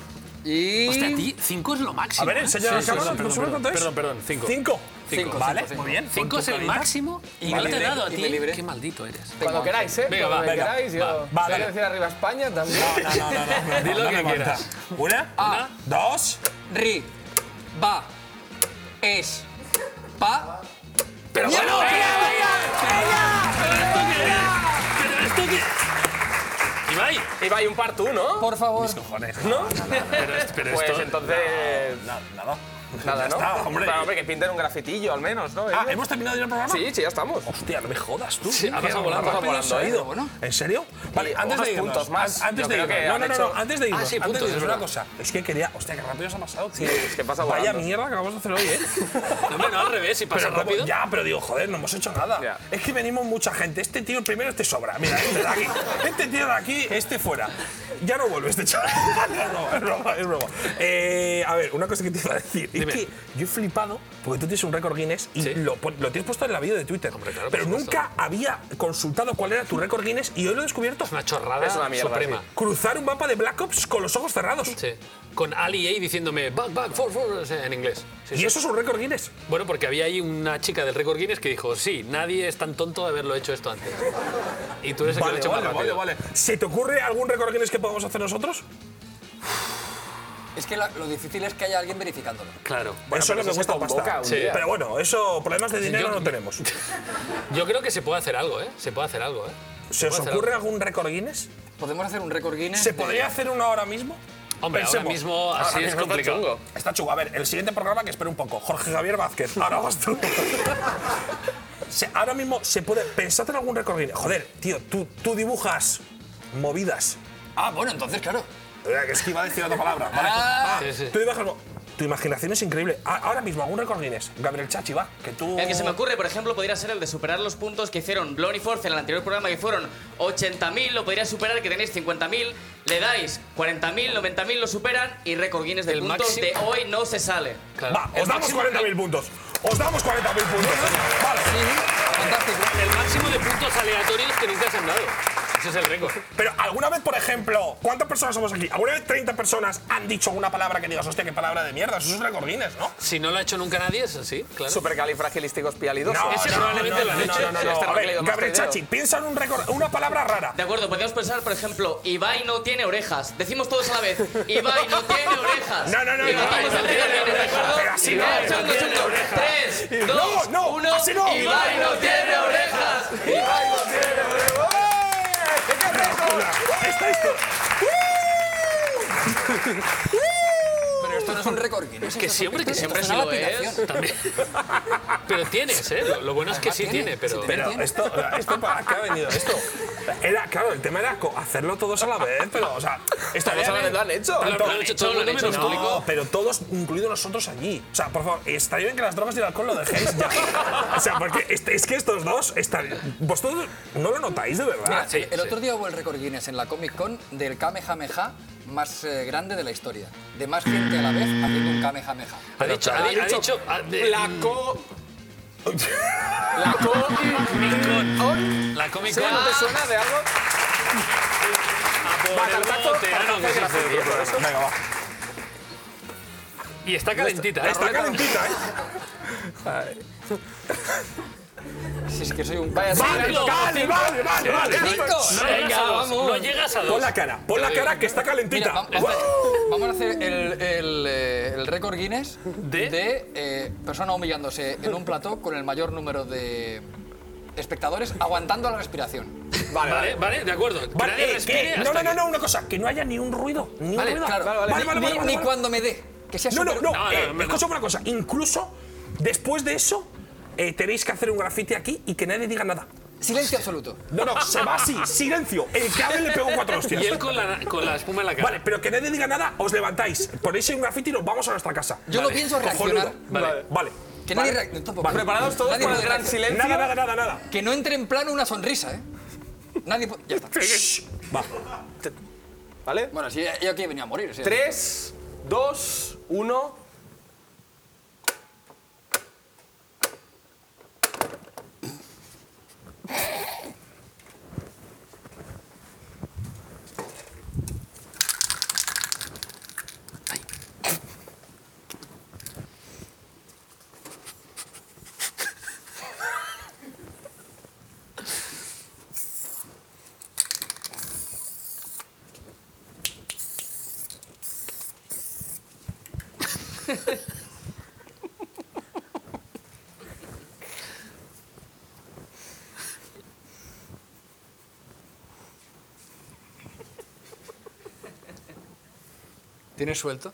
Speaker 5: Y...
Speaker 2: Hostia, a ti, 5 es lo máximo.
Speaker 3: A ver,
Speaker 2: ¿eh?
Speaker 3: enseña la cámara,
Speaker 2: perdón,
Speaker 3: ¿tú sabes
Speaker 2: perdón,
Speaker 3: cuánto es?
Speaker 2: Perdón, perdón, 5.
Speaker 3: Cinco.
Speaker 2: Cinco, cinco,
Speaker 3: ¿Vale?
Speaker 2: cinco.
Speaker 3: Muy bien.
Speaker 2: Cinco
Speaker 3: con
Speaker 2: es
Speaker 3: tu
Speaker 2: el
Speaker 3: carita.
Speaker 2: máximo. Y
Speaker 3: Vale.
Speaker 2: no te he dado a
Speaker 3: Y
Speaker 2: ti.
Speaker 3: me libré.
Speaker 2: Qué maldito eres.
Speaker 3: Cuando queráis, ¿eh?
Speaker 2: Venga,
Speaker 3: Cuando
Speaker 2: va.
Speaker 3: me queráis, yo-
Speaker 2: Va,
Speaker 3: si hay
Speaker 2: dale.
Speaker 3: que
Speaker 15: decir arriba España también.
Speaker 3: No, no, no, no,
Speaker 2: Di lo
Speaker 3: no,
Speaker 2: que
Speaker 3: no me
Speaker 2: quieras.
Speaker 3: cuenta. Una,
Speaker 15: A.
Speaker 3: dos.
Speaker 15: Ri. Va. Es. Pa.
Speaker 2: Pero bueno,
Speaker 4: ¿Pero esto qué?
Speaker 2: Ibai.
Speaker 4: Ibai, un par tú, ¿no?
Speaker 15: Por favor.
Speaker 4: ¿No?
Speaker 2: Pero es- pero
Speaker 4: pues
Speaker 2: esto-
Speaker 4: entonces...
Speaker 3: nada.
Speaker 4: Nada,
Speaker 3: Ya
Speaker 4: ¿no?
Speaker 3: está, hombre.
Speaker 4: Pero, hombre, que pinten un grafitillo al menos, ¿no? ¿Eh?
Speaker 3: Ah, ¿hemos terminado ya el programa?
Speaker 4: Sí, sí, ya estamos.
Speaker 3: Hostia, no me jodas tú.
Speaker 4: Sí, ha
Speaker 3: Qué
Speaker 4: pasado volando, ha
Speaker 3: rápido
Speaker 4: pasado
Speaker 3: se ha
Speaker 4: volando,
Speaker 3: ido.
Speaker 4: ¿eh? Bueno.
Speaker 3: ¿En serio? Vale,
Speaker 4: Y
Speaker 3: antes
Speaker 4: unos
Speaker 3: de irnos.
Speaker 4: puntos más.
Speaker 3: an- Antes
Speaker 4: Yo
Speaker 3: de
Speaker 4: creo
Speaker 3: irnos.
Speaker 4: que
Speaker 3: No,
Speaker 4: han
Speaker 3: no, no,
Speaker 4: hecho-
Speaker 3: no, antes de
Speaker 4: Ah,
Speaker 3: irnos.
Speaker 4: sí,
Speaker 3: antes
Speaker 4: puntos,
Speaker 3: de
Speaker 4: es
Speaker 3: irnos, una
Speaker 4: verdad.
Speaker 3: cosa. Es que quería. Hostia, qué rápido se ha pasado, tío.
Speaker 4: Sí, es que pasa
Speaker 3: Vaya
Speaker 4: volando.
Speaker 3: mierda que vamos a hacer hoy, ¿eh?
Speaker 4: (laughs)
Speaker 2: Hombre, no, al revés, si pasa
Speaker 3: Pero cómo-
Speaker 2: rápido.
Speaker 3: Ya, pero digo, joder, no hemos hecho nada. Es que venimos mucha gente. Este tío, el primero, este sobra. Mira, este de aquí. Este tío de aquí, este fuera. Ya no vuelve este chaval. (laughs) No, es broma, es broma. Eh, a ver, una cosa que te iba a decir. Es que yo he flipado porque tú tienes un récord Guinness y lo, pon- lo tienes puesto en la bio de Twitter.
Speaker 2: por
Speaker 3: pero
Speaker 2: supuesto.
Speaker 3: nunca había consultado cuál era tu récord Guinness y hoy lo he descubierto.
Speaker 2: Una chorrada
Speaker 4: Es una mierda,
Speaker 2: suprema.
Speaker 4: sí.
Speaker 3: Cruzar un mapa de Black Ops con los ojos cerrados.
Speaker 2: Sí. Con Ali A diciéndome back, back, for, for, o sea, en inglés. Sí,
Speaker 3: Y
Speaker 2: sí.
Speaker 3: eso es un récord Guinness.
Speaker 2: Bueno, porque había ahí una chica del récord Guinness que dijo, sí, nadie es tan tonto de haberlo hecho esto antes. Y tú eres el que lo
Speaker 3: Vale,
Speaker 2: ha hecho
Speaker 3: vale,
Speaker 2: más
Speaker 3: vale,
Speaker 2: rápido.
Speaker 3: vale. ¿Se te ocurre algún récord Guinness que podamos hacer nosotros?
Speaker 15: Es que lo, lo difícil es que haya alguien verificándolo.
Speaker 2: Claro.
Speaker 3: eso no me cuesta pasta.
Speaker 2: Sí.
Speaker 3: Pero bueno, eso, problemas de
Speaker 2: Sí,
Speaker 3: dinero
Speaker 2: yo-
Speaker 15: (laughs)
Speaker 3: no tenemos.
Speaker 2: Yo creo que se puede hacer algo, ¿eh? Se puede hacer algo, ¿eh?
Speaker 3: ¿Se os
Speaker 2: puede hacer
Speaker 3: ocurre algún récord Guinness?
Speaker 15: ¿Podemos hacer un récord Guinness?
Speaker 3: ¿Se
Speaker 15: de-
Speaker 3: podría hacer uno ahora mismo?
Speaker 2: Hombre, ahora mismo así es
Speaker 3: está
Speaker 2: complicado.
Speaker 3: chungo. Está chungo. A ver, el siguiente programa que espero un poco. Jorge Javier Vázquez. Ahora vas
Speaker 15: (laughs)
Speaker 3: tú. Se- ahora mismo se puede. Pensad en algún récord Guinness. Joder, tío, tú, tú dibujas movidas.
Speaker 15: Ah, bueno, entonces, claro.
Speaker 3: Eh, Es que iba a decir otra palabra. Vale.
Speaker 15: Ah.
Speaker 3: Ah,
Speaker 15: Sí, sí.
Speaker 3: Tú dibujas. mo- Tu imaginación es increíble. A- Ahora mismo, algún récord Guinness. Gabriel Chachi, va. Que tú.
Speaker 6: El que se me ocurre, por ejemplo, podría ser el de superar los puntos que hicieron Blon y Force en el anterior programa, que fueron 80.000, lo podría superar, que tenéis 50.000, le dais 40.000, 90.000 lo superan y récord Guinness de
Speaker 2: El
Speaker 6: puntos
Speaker 2: máximo-
Speaker 6: de hoy no se sale.
Speaker 3: Va, os damos 40.000 puntos. Os damos 40.000 puntos. Vale.
Speaker 2: ¿eh? El máximo de puntos aleatorios que nunca se han dado. Ese es el récord.
Speaker 3: Pero alguna vez, por ejemplo, ¿cuántas personas somos aquí? ¿Alguna vez 30 personas han dicho una palabra que digas, hostia, qué palabra de mierda? Eso es récord Guinness, ¿no?
Speaker 2: Si no lo ha hecho nunca nadie, es así, claro.
Speaker 4: Supercalifragilísticos pialidos.
Speaker 2: Ese probablemente lo han
Speaker 3: no,
Speaker 2: hecho.
Speaker 3: No, no, no.
Speaker 2: Este
Speaker 3: A ver, Gabriel
Speaker 2: Rogelio Masteideo.
Speaker 3: Chachi, piensa en un récord, una palabra rara.
Speaker 6: De acuerdo, podemos pensar, por ejemplo, Ibai no tiene orejas. Decimos todos a la vez, Ibai no tiene orejas.
Speaker 3: No, no, no,
Speaker 6: Y
Speaker 3: no,
Speaker 6: batimos
Speaker 3: no
Speaker 6: el
Speaker 3: tiene
Speaker 6: récord Guinness, ¿de acuerdo?
Speaker 3: Pero así no,
Speaker 6: Venga,
Speaker 3: no
Speaker 6: chungo,
Speaker 3: tiene
Speaker 6: chungo. Tres, dos,
Speaker 3: no,
Speaker 6: uno.
Speaker 3: así no.
Speaker 6: Ibai no tiene orejas.
Speaker 3: Ibai no tiene orejas. Está esto.
Speaker 15: Pero esto no es un récord Guinness.
Speaker 2: Que sí, hombre, que
Speaker 15: Esto-
Speaker 2: siempre
Speaker 15: esto
Speaker 2: se
Speaker 15: es una
Speaker 2: lo es.
Speaker 15: lapidación.
Speaker 2: También. Pero tienes, ¿eh? Lo, lo bueno es que
Speaker 15: Además
Speaker 2: sí
Speaker 15: tiene,
Speaker 2: tiene, pero...
Speaker 3: Pero esto, esto ¿para qué ha venido esto? Era, claro, el tema era co- hacerlo todos a la vez, pero, o sea, estaría
Speaker 4: Todos a la
Speaker 3: bien.
Speaker 4: vez lo han hecho.
Speaker 3: Tanto-
Speaker 2: Lo han hecho todos, lo han hecho,
Speaker 3: No,
Speaker 2: público.
Speaker 3: pero todos, incluidos nosotros allí. O sea, por favor, estaría bien que las drogas y el alcohol lo dejéis ya. O sea, porque es, es que estos dos están. ¿Vosotros no lo notáis de verdad?
Speaker 15: Mira,
Speaker 2: Ah, sí,
Speaker 15: el
Speaker 2: sí.
Speaker 15: otro día hubo el récord Guinness en la Comic Con del Kamehameha más eh, grande de la historia. De más gente a la vez haciendo un Kamehameha.
Speaker 2: Ha dicho, ha, di- ha dicho... ha- de-
Speaker 4: La co... La co...
Speaker 2: Con- La Comic
Speaker 4: ¿Sí?
Speaker 2: Con...
Speaker 4: ¿No te suena de algo?
Speaker 2: Ah, por el
Speaker 4: Bacaltazo,
Speaker 2: bote, ah, no, que
Speaker 4: bacaltazo,
Speaker 2: se
Speaker 4: gracias,
Speaker 2: hace.
Speaker 4: tío,
Speaker 3: Venga, va.
Speaker 2: Y está calentita, ¿eh?
Speaker 3: Está calentita, ¿eh?
Speaker 15: Si es que soy un
Speaker 4: Vaya,
Speaker 3: Vale,
Speaker 4: cinco,
Speaker 3: vale,
Speaker 4: cinco.
Speaker 3: vale, vale, vale.
Speaker 15: Cinco.
Speaker 2: No llegas a dos, no llegas a dos.
Speaker 3: Pon la cara, pon la cara que está
Speaker 15: Mira,
Speaker 3: calentita.
Speaker 15: va- vamos, a- vamos a hacer el, el, eh, el récord Guinness de, eh, persona humillándose en un plató con el mayor número de espectadores aguantando la respiración.
Speaker 4: Vale,
Speaker 2: Vale,
Speaker 4: vale.
Speaker 2: vale, de acuerdo. Que
Speaker 3: Vale,
Speaker 2: nadie
Speaker 3: eh,
Speaker 2: respire
Speaker 3: ¿qué? No,
Speaker 2: hasta
Speaker 3: no, no,
Speaker 2: que-
Speaker 3: no, una cosa, que no haya ni un ruido, ni un
Speaker 15: Vale,
Speaker 3: ruido.
Speaker 15: claro, vale, vale.
Speaker 3: vale,
Speaker 15: Ni-
Speaker 3: vale,
Speaker 15: ni,
Speaker 3: vale, vale.
Speaker 15: cuando me dé. Que sea
Speaker 3: No, no,
Speaker 15: súper-
Speaker 3: no.
Speaker 2: No, no,
Speaker 3: eh,
Speaker 2: no.
Speaker 3: escucha una cosa. Incluso después de eso, eh, tenéis que hacer un grafite aquí y que nadie diga nada.
Speaker 15: Silencio absoluto.
Speaker 3: No, no, se va así, silencio. El que hable le pego cuatro hostias.
Speaker 2: Y él con la, con la espuma en la cara.
Speaker 3: Vale, pero que nadie diga nada, os levantáis, ponéis un grafiti y nos vamos a nuestra casa.
Speaker 15: Yo
Speaker 2: Vale,
Speaker 15: lo pienso
Speaker 3: Cojonudo.
Speaker 15: reaccionar.
Speaker 3: Vale, vale.
Speaker 15: Que
Speaker 3: vale.
Speaker 15: nadie reaccione. tampoco.
Speaker 3: Vale.
Speaker 4: Preparados todos
Speaker 15: Nadie
Speaker 4: por el
Speaker 15: puede
Speaker 4: gran
Speaker 15: hacer-
Speaker 4: silencio.
Speaker 3: Nada, nada, nada, nada.
Speaker 15: Que no entre en plano una sonrisa, ¿eh? Nadie pu- Ya está.
Speaker 3: Shh. Va.
Speaker 4: ¿Vale?
Speaker 15: Bueno, si yo aquí venía a morir. o sea.
Speaker 4: 3, 2, 1...
Speaker 15: ¿Tienes suelto?